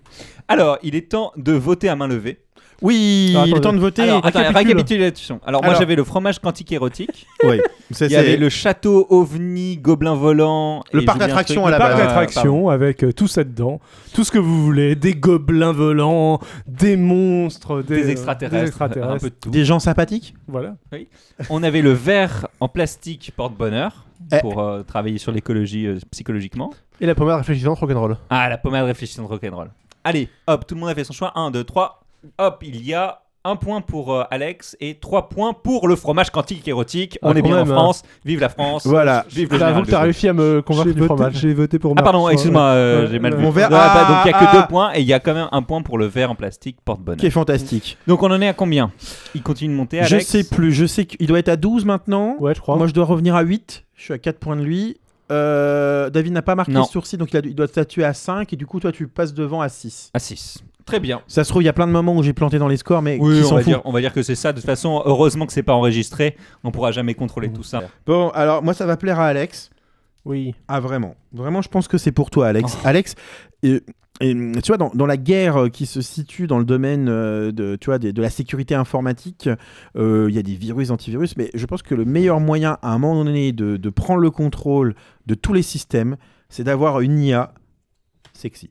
Speaker 3: Alors, il est temps de voter à main levée.
Speaker 4: Oui,
Speaker 2: Ah,
Speaker 4: il est
Speaker 2: attendez.
Speaker 4: temps de voter.
Speaker 3: Alors, attends,
Speaker 2: récapitule.
Speaker 3: récapitulation. Alors, moi,
Speaker 4: Alors.
Speaker 3: j'avais le fromage quantique érotique.
Speaker 4: Oui, c'est-
Speaker 3: Il y avait
Speaker 4: c'est-
Speaker 3: le château ovni, gobelin volant.
Speaker 4: Le
Speaker 3: et
Speaker 4: parc
Speaker 3: j'oublie un
Speaker 4: d'attractions
Speaker 3: truc.
Speaker 4: à la
Speaker 3: Le
Speaker 1: Parc
Speaker 4: base.
Speaker 3: euh,
Speaker 1: d'attractions avec euh, tout ça dedans, tout ce que vous voulez, des gobelins volants, des monstres,
Speaker 3: pardon,
Speaker 1: des, euh,
Speaker 3: Des
Speaker 1: des
Speaker 3: extraterrestres.
Speaker 1: extraterrestres.
Speaker 3: Un peu de tout.
Speaker 4: des gens sympathiques.
Speaker 1: Voilà.
Speaker 3: On avait le verre en plastique porte-bonheur
Speaker 4: Eh.
Speaker 3: pour euh, travailler sur l'écologie euh, psychologiquement.
Speaker 2: Et la pommade réfléchissante rock'n'roll.
Speaker 3: Ah, la pommade réfléchissante rock'n'roll. Allez, hop, tout le monde a fait son choix. 1, 2, 3. Hop, il y a un point pour euh, Alex et trois points pour le fromage quantique érotique.
Speaker 2: Ah,
Speaker 3: On est
Speaker 2: quand
Speaker 3: bien en
Speaker 2: même, hein.
Speaker 3: France. Vive la France.
Speaker 4: Voilà.
Speaker 3: Vive le
Speaker 2: J'avoue
Speaker 3: général
Speaker 2: que t'as
Speaker 3: de Gaulle.
Speaker 2: réussi à me convaincre
Speaker 1: J'ai
Speaker 2: du
Speaker 1: voté,
Speaker 2: fromage.
Speaker 1: j'ai voté pour
Speaker 3: Ah
Speaker 1: Marc
Speaker 3: pardon,
Speaker 1: Soir.
Speaker 3: excuse-moi, euh,
Speaker 1: Ouais,
Speaker 3: j'ai mal
Speaker 1: ouais.
Speaker 3: vu.
Speaker 4: Mon verre-
Speaker 3: Ah, bah, donc il y a que
Speaker 4: Ah, ah.
Speaker 3: deux points et il y a quand même un point pour le verre en plastique
Speaker 4: Qui est
Speaker 3: porte-bonheur.
Speaker 4: fantastique.
Speaker 3: Donc on en est à combien Il continue de monter,
Speaker 4: Je
Speaker 3: Alex
Speaker 4: sais plus, je sais qu'il doit être à 12 maintenant.
Speaker 2: Ouais, je crois.
Speaker 4: Moi, je dois revenir à 8. Je suis à 4 points de lui. Euh, David n'a pas marqué
Speaker 3: Non.
Speaker 4: ce sourcil, donc il, a- il doit statuer à 5. Et du coup, toi, tu passes devant à 6.
Speaker 3: À 6. Très bien.
Speaker 4: Ça se trouve, il y a plein de moments où j'ai planté dans les scores, mais
Speaker 3: Oui,
Speaker 4: qui
Speaker 3: on
Speaker 4: s'en
Speaker 3: va,
Speaker 4: fout.
Speaker 3: dire, on va dire que c'est ça. De toute façon, heureusement que c'est pas enregistré. On pourra jamais contrôler tout ça.
Speaker 4: Bon, alors moi, ça va plaire à Alex.
Speaker 2: Oui.
Speaker 4: Ah vraiment, vraiment je pense que c'est pour toi
Speaker 3: Oh.
Speaker 4: Alex. Alex, euh, euh, tu vois, dans, dans la guerre euh, qui se situe dans le domaine euh, de, tu vois, des- de la sécurité informatique, euh, il y a des virus, antivirus, mais je pense que le meilleur moyen à un moment donné de, de prendre le contrôle de tous les systèmes, c'est d'avoir une IA sexy.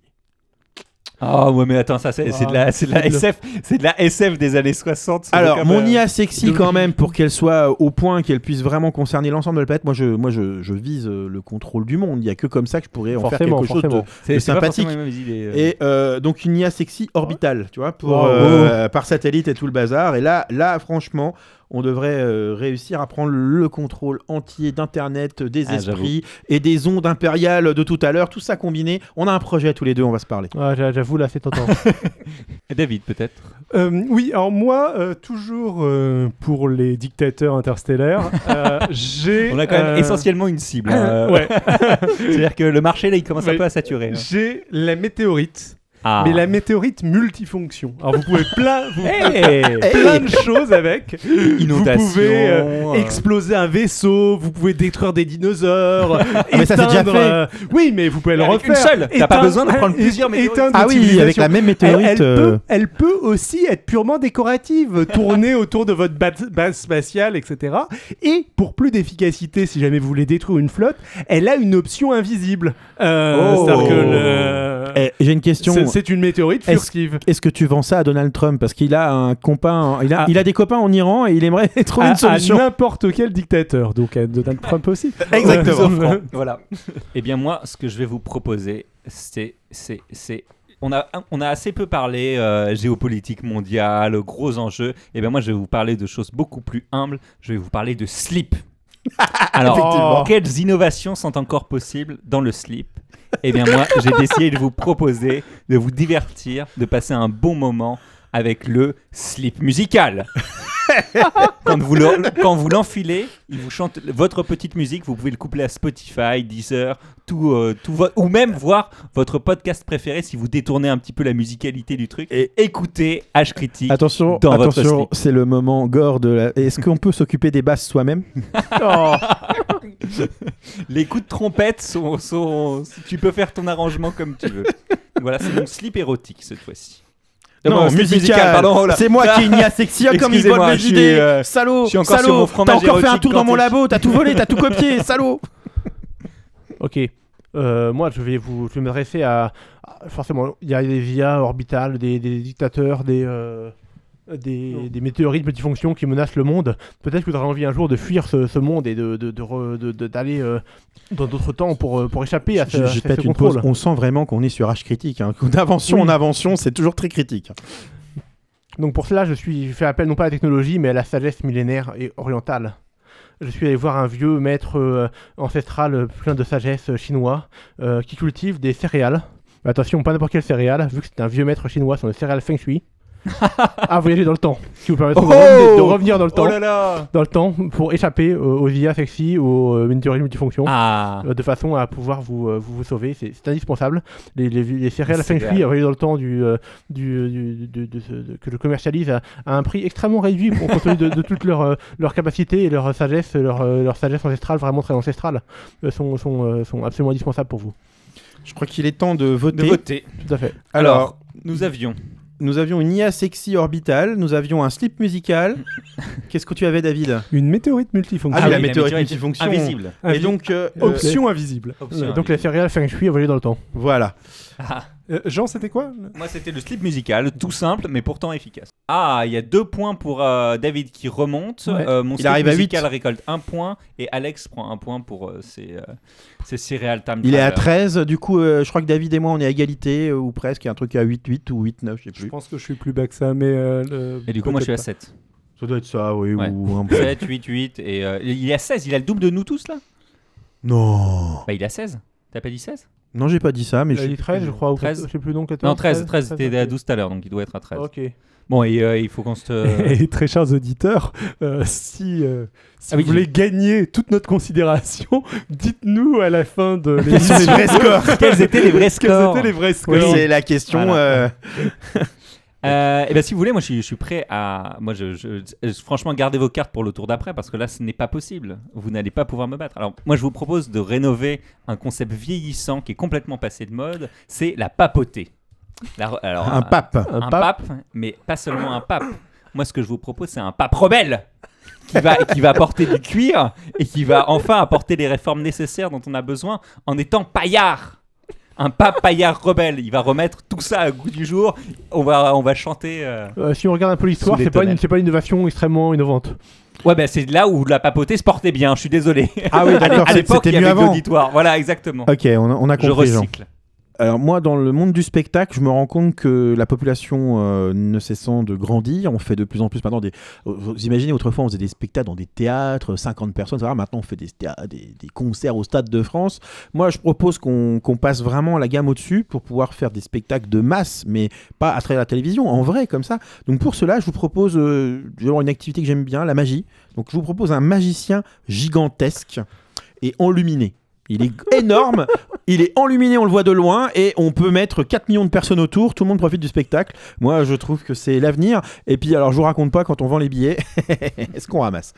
Speaker 3: Ah ouais, mais attends, ça c'est c'est de la, Ah, c'est de la SF, c'est de la SF des années 60. ça veut
Speaker 4: Alors,
Speaker 3: dire
Speaker 4: mon
Speaker 1: ben,
Speaker 3: que-
Speaker 4: IA sexy quand même, pour qu'elle soit euh, au point, qu'elle puisse vraiment concerner l'ensemble de la planète, moi, je, moi je, je vise euh, le contrôle du monde. Il n'y a que comme ça que je pourrais en
Speaker 2: Forcément,
Speaker 4: faire quelque chose de,
Speaker 2: forcément.
Speaker 3: c'est
Speaker 4: le
Speaker 3: c'est pas
Speaker 4: sympathique.
Speaker 3: forcément les mêmes idées, euh.
Speaker 4: Et euh, donc une IA sexy orbitale, tu vois, pour,
Speaker 2: Wow.
Speaker 4: euh, par satellite et tout le bazar. Et là, là franchement, on devrait euh, réussir à prendre le contrôle entier d'Internet, des
Speaker 3: Ah,
Speaker 4: esprits et des ondes impériales de tout à l'heure. Tout ça combiné, on a un projet tous les deux, on va se parler.
Speaker 2: Ah, j'a- J'avoue, là, c'est tentant.
Speaker 3: Et David peut-être.
Speaker 1: Euh, oui, alors moi, euh, toujours euh, pour les dictateurs interstellaires, euh, j'ai.
Speaker 3: On a quand même
Speaker 1: euh,
Speaker 3: essentiellement une cible. hein, euh,
Speaker 1: ouais,
Speaker 3: C'est-à-dire que le marché là, il commence un
Speaker 1: Oui.
Speaker 3: peu à saturer. hein.
Speaker 1: j'ai la météorite,
Speaker 3: Ah.
Speaker 1: mais la météorite multifonction. Alors vous pouvez plein, vous
Speaker 3: Hey
Speaker 1: plein de choses avec.
Speaker 3: Inondation.
Speaker 1: Vous pouvez euh,
Speaker 2: Oh.
Speaker 3: euh,
Speaker 1: exploser un vaisseau, vous pouvez détruire des dinosaures.
Speaker 4: Ah, mais ça, c'est déjà
Speaker 1: éteindre,
Speaker 4: fait.
Speaker 1: euh, oui, mais vous pouvez le
Speaker 3: Avec
Speaker 1: refaire.
Speaker 3: une seule. T'as pas
Speaker 1: Éteindre-
Speaker 3: besoin de prendre
Speaker 1: é-
Speaker 3: plusieurs météorites.
Speaker 1: éteindre
Speaker 4: Ah
Speaker 1: une
Speaker 4: oui, avec
Speaker 1: civilisation.
Speaker 4: la même
Speaker 1: Elle,
Speaker 4: météorite.
Speaker 1: elle
Speaker 4: euh,
Speaker 1: peut, elle peut aussi être purement décorative, tourner autour de votre base, base spatiale, etc. Et pour plus d'efficacité, si jamais vous voulez détruire une flotte, elle a une option invisible. Euh,
Speaker 3: Oh.
Speaker 1: c'est-à-dire que le-
Speaker 4: eh, J'ai une question.
Speaker 1: c'est- C'est une météorite
Speaker 4: Est-ce-
Speaker 1: furtive.
Speaker 4: Est-ce que tu vends ça à Donald Trump Parce qu'il a un copain, en- il a,
Speaker 1: Ah.
Speaker 4: il a des copains en Iran et il aimerait trouver
Speaker 1: À,
Speaker 4: une
Speaker 1: à
Speaker 4: solution.
Speaker 1: n'importe quel dictateur, donc à Donald Trump aussi.
Speaker 3: Exactement. voilà. Eh bien, moi, ce que je vais vous proposer, c'est. c'est, c'est... On, a, on a assez peu parlé euh, géopolitique mondiale, gros enjeux. Eh bien, moi, je vais vous parler de choses beaucoup plus humbles. Je vais vous parler de slip. Alors,
Speaker 1: Effectivement.
Speaker 3: quelles innovations sont encore possibles dans le slip Eh bien, moi, j'ai décidé de vous proposer de vous divertir, de passer un bon moment avec le slip musical. quand vous le- quand vous l'enfilez, il vous chante votre petite musique. Vous pouvez le coupler à Spotify, Deezer, tout, euh, tout vo- ou même voir votre podcast préféré si vous détournez un petit peu la musicalité du truc.
Speaker 4: Et-
Speaker 3: Et écoutez H critique.
Speaker 4: Attention,
Speaker 3: dans votre
Speaker 4: attention,
Speaker 3: slip.
Speaker 4: c'est le moment gore de la... Est-ce qu'on peut s'occuper des basses soi-même
Speaker 3: Les coups de trompette sont, sont- Tu peux faire ton arrangement comme tu veux. voilà, c'est mon slip érotique cette fois-ci.
Speaker 4: Non,
Speaker 3: slip
Speaker 4: musical.
Speaker 3: pardon. oh là.
Speaker 4: C'est moi
Speaker 3: Ah,
Speaker 4: qui ignace sexia comme il vole
Speaker 3: Excusez-moi,
Speaker 4: mes
Speaker 3: je suis,
Speaker 4: idées.
Speaker 3: euh,
Speaker 4: salaud,
Speaker 3: je suis encore sur
Speaker 4: salaud,
Speaker 3: mon
Speaker 4: t'as
Speaker 3: fromage
Speaker 4: encore fait un
Speaker 3: érotique
Speaker 4: tour dans mon
Speaker 3: quantique.
Speaker 4: labo, t'as tout volé, t'as tout copié, salaud.
Speaker 2: Ok. Euh, moi, je vais vous, je vais m'adresser à, à- forcément, il y a des VIA orbitales, des, des dictateurs, des, euh, des, des météorites multifonctions qui menacent le monde. Peut-être que vous aurez envie un jour de fuir ce, ce monde et de, de- de re- de- de- d'aller euh, dans d'autres temps pour, euh, pour échapper à ce,
Speaker 4: Je,
Speaker 2: à
Speaker 4: je
Speaker 2: ce-
Speaker 4: pète
Speaker 2: ce
Speaker 4: une pause.
Speaker 2: contrôle.
Speaker 4: On sent vraiment qu'on est sur H critique. hein. D'invention
Speaker 2: Oui.
Speaker 4: en invention, c'est toujours très critique.
Speaker 2: Donc pour cela, je suis, je fais appel non pas à la technologie, mais à la sagesse millénaire et orientale. Je suis allé voir un vieux maître euh, ancestral euh, plein de sagesse euh, chinois euh, qui cultive des céréales. Mais attention, pas n'importe quelle céréale, vu que c'est un vieux maître chinois sur le céréales feng shui. à voyager dans le temps, ce qui vous permettra de
Speaker 3: Oh
Speaker 2: revenir- de revenir dans le temps,
Speaker 3: Oh là là
Speaker 2: dans le temps pour échapper euh, aux IA sexy ou aux euh, météorites multifonctions.
Speaker 3: Ah
Speaker 2: Euh, de façon à pouvoir vous, euh, vous, vous sauver. C'est c'est indispensable. Les, les, les céréales
Speaker 3: Les
Speaker 2: Feng Shui,
Speaker 3: céréales.
Speaker 2: envoyées dans le temps du, euh, du, du- du- de ce- de- que je commercialise à, à un prix extrêmement réduit pour compte tenu de, de toute leur, euh, leur capacité et leur euh, sagesse, leur, euh, leur sagesse ancestrale, vraiment très ancestrale, euh, sont, sont, euh, sont absolument indispensables pour vous.
Speaker 4: Je crois qu'il est temps de voter.
Speaker 3: De voter.
Speaker 2: Tout à fait.
Speaker 4: Alors,
Speaker 3: Alors, nous avions.
Speaker 4: nous avions une IA sexy orbitale, nous avions un slip musical. Qu'est-ce que tu avais, David
Speaker 1: Une météorite multifonction.
Speaker 4: Ah, oui, la
Speaker 3: oui,
Speaker 4: météorite multifonction.
Speaker 3: Invisible.
Speaker 4: Et donc, euh, euh,
Speaker 1: Option invisible.
Speaker 3: Option
Speaker 2: Donc les
Speaker 3: invisible.
Speaker 2: céréales Feng Shui, envoyées dans le temps.
Speaker 4: voilà.
Speaker 3: Ah.
Speaker 1: Euh, Jean, c'était quoi
Speaker 3: Moi, c'était le slip musical, tout simple, mais pourtant efficace. Ah, il y a deux points pour euh, David qui remonte.
Speaker 1: Ouais.
Speaker 3: Euh, mon
Speaker 4: Il
Speaker 3: slip
Speaker 4: arrive à
Speaker 3: musical
Speaker 4: huit.
Speaker 3: récolte un point et Alex prend un point pour euh, ses, euh, ses céréales time
Speaker 4: Il est à
Speaker 3: traveler.
Speaker 4: 13. Du coup, euh, je crois que David et moi, on est à égalité, euh, ou presque. Il y a un truc à 8-8 ou 8-9, je sais
Speaker 1: Je
Speaker 4: plus.
Speaker 1: pense que je suis plus bas que ça, mais. euh, le-
Speaker 3: Et du coup, moi, je suis à
Speaker 1: peut-être
Speaker 3: 7.
Speaker 4: Ça doit être ça, oui,
Speaker 3: Ouais.
Speaker 4: ou un peu.
Speaker 3: 7, 8, 8. Et euh, il est à 16, il a le double de nous tous là
Speaker 4: Non.
Speaker 3: Bah, il est à 16. T'as pas dit 16
Speaker 4: Non, j'ai pas dit ça, mais
Speaker 2: Il a
Speaker 4: je
Speaker 2: dit 13, Euh, je crois, ou
Speaker 3: 13.
Speaker 2: 14, je sais plus, non, 14
Speaker 3: Non, 13, 13, c'était à
Speaker 2: ok.
Speaker 3: 12 tout à l'heure, donc il doit être à 13.
Speaker 2: Ok.
Speaker 3: Bon, et euh, il faut qu'on se.
Speaker 1: Et très chers auditeurs, euh, si, euh, si
Speaker 3: Ah oui,
Speaker 1: vous voulez gagner toute notre considération, dites-nous à la fin de
Speaker 4: Quels sont les
Speaker 1: l'émission
Speaker 4: vrais scores
Speaker 3: Quels étaient les vrais
Speaker 1: quels
Speaker 3: scores
Speaker 1: étaient les vrais
Speaker 4: Oui,
Speaker 1: scores.
Speaker 4: c'est la question.
Speaker 3: Voilà.
Speaker 4: euh,
Speaker 3: Euh, eh ben, si vous voulez, moi je suis, je suis prêt à. Moi, je, je- je- franchement, gardez vos cartes pour le tour d'après parce que là, ce n'est pas possible. Vous n'allez pas pouvoir me battre. Alors, moi, je vous propose de rénover un concept vieillissant qui est complètement passé de mode. C'est la papauté. La re- alors, euh,
Speaker 4: un pape.
Speaker 3: un pape, mais pas seulement un pape. Moi, ce que je vous propose, c'est un pape rebelle qui va, qui va apporter du cuir et qui va enfin apporter les réformes nécessaires dont on a besoin en étant paillard. Un pape paillard rebelle. Il va remettre tout ça au goût du jour. On va, on va chanter. euh.
Speaker 2: Euh, si on regarde un peu l'histoire,
Speaker 3: Sous les
Speaker 2: c'est pas, une-
Speaker 3: tonnelles.
Speaker 2: c'est pas une innovation extrêmement innovante.
Speaker 3: Ouais, ben c'est là où la papauté se portait bien. Je suis désolé.
Speaker 4: Ah oui,
Speaker 3: À l'é-
Speaker 4: d'accord,
Speaker 3: à
Speaker 4: c'est-
Speaker 3: l'époque, il y
Speaker 4: c'était mieux
Speaker 3: avait de
Speaker 4: avant.
Speaker 3: l'auditoire. Voilà, exactement.
Speaker 4: Ok, on a, on a
Speaker 3: Je
Speaker 4: compris, Jean.
Speaker 3: recycle.
Speaker 4: Alors moi, dans le monde du spectacle, je me rends compte que la population euh, ne cessant de grandir, on fait de plus en plus maintenant des... Vous imaginez, autrefois, on faisait des spectacles dans des théâtres, 50 personnes, etc. Maintenant, on fait des, théâ- des, des concerts au Stade de France. Moi, je propose qu'on qu'on passe vraiment la gamme au-dessus pour pouvoir faire des spectacles de masse, mais pas à travers la télévision, en vrai, comme ça. Donc pour cela, je vous propose euh, genre une activité que j'aime bien, la magie. Donc je vous propose un magicien gigantesque et enluminé. Il est énorme, il est enluminé, on le voit de loin, et on peut mettre 4 millions de personnes autour, tout le monde profite du spectacle. Moi, je trouve que c'est l'avenir. Et puis, alors, je vous raconte pas, quand on vend les billets, est-ce qu'on ramasse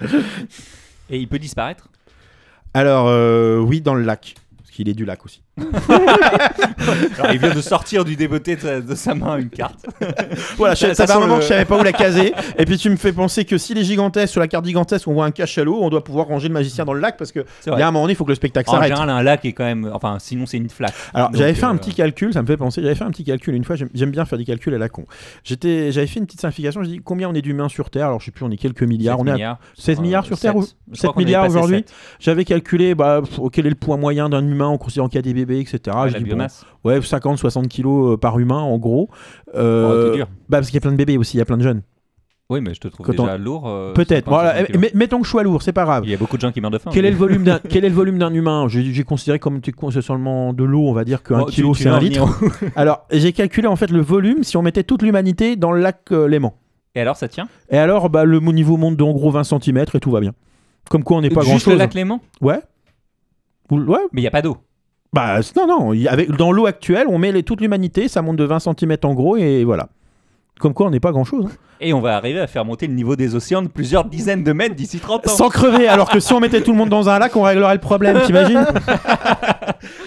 Speaker 3: Et il peut disparaître.
Speaker 4: Alors, euh, oui, dans le lac, parce qu'il est du lac aussi.
Speaker 3: Alors, il vient de sortir du débeauté de sa- de sa main une carte.
Speaker 4: Voilà, je- ça
Speaker 3: Ça- ça
Speaker 4: fait un
Speaker 3: sent
Speaker 4: moment
Speaker 3: le-
Speaker 4: que je savais pas où la caser, et puis tu me fais penser que si les gigantesques, sur la carte gigantesque, on voit un cachalot, on doit pouvoir ranger le magicien dans le lac, parce qu'il
Speaker 3: C'est
Speaker 4: y
Speaker 3: vrai.
Speaker 4: a un moment donné, il faut que le spectacle
Speaker 3: En
Speaker 4: s'arrête.
Speaker 3: général, un lac est quand même. Enfin, sinon, c'est une flaque.
Speaker 4: Alors
Speaker 3: Donc,
Speaker 4: j'avais fait un
Speaker 3: euh,
Speaker 4: petit calcul, ça me fait penser, j'avais fait un petit calcul une fois, j'aime- j'aime bien faire des calculs à la con. J'étais, J'avais fait une petite simplification, j'ai dit combien on est d'humains sur Terre, alors je sais plus, on est quelques milliards,
Speaker 3: 7
Speaker 4: on est à
Speaker 3: Euh,
Speaker 4: 16 milliards sur Terre ou- 7 milliards aujourd'hui J'avais calculé bah, pff, quel est le poids moyen d'un humain en considérant qu'il y a des bébés, etc.
Speaker 3: Ah,
Speaker 4: J'ai
Speaker 3: la
Speaker 4: dit, bon,
Speaker 3: biomasse.
Speaker 4: ouais, 50-60 kilos euh, par humain en gros. Euh,
Speaker 3: Oh, c'est dur.
Speaker 4: bah, parce qu'il y a plein de bébés aussi, il y a plein de jeunes.
Speaker 3: Oui, mais je te trouve
Speaker 4: Quand on-
Speaker 3: déjà lourd. euh,
Speaker 4: Peut-être.
Speaker 3: 150
Speaker 4: Voilà,
Speaker 3: kilos.
Speaker 4: eh, mais- mettons que je sois lourd, c'est pas grave.
Speaker 3: Il y a beaucoup de gens qui meurent de faim.
Speaker 4: Quel est le volume d'un quel est le volume d'un humain J'ai j'ai considéré comme tu c'est seulement de l'eau, on va dire que
Speaker 3: Oh,
Speaker 4: un
Speaker 3: tu-
Speaker 4: kilo
Speaker 3: tu
Speaker 4: c'est
Speaker 3: vas
Speaker 4: un
Speaker 3: en venir
Speaker 4: litre. Alors j'ai calculé en fait le volume si on mettait toute l'humanité dans le lac euh, Léman.
Speaker 3: Et alors, ça tient
Speaker 4: Et alors bah, le niveau monte d'en gros 20 cm et tout va bien. Comme quoi on n'est pas grand
Speaker 3: Euh, Juste
Speaker 4: chose.
Speaker 3: le lac Léman
Speaker 4: Ouais. Ou- Ouais.
Speaker 3: Mais il n'y a pas d'eau.
Speaker 4: Bah c- non non. il y- Avec dans l'eau actuelle on met les- toute l'humanité, ça monte de 20 cm en gros et voilà. Comme quoi on n'est pas hein. grand chose.
Speaker 3: Et on va arriver à faire monter le niveau des océans de plusieurs dizaines de mètres d'ici 30 ans.
Speaker 4: Sans crever, alors que si on mettait tout le monde dans un lac, on réglerait le problème, t'imagines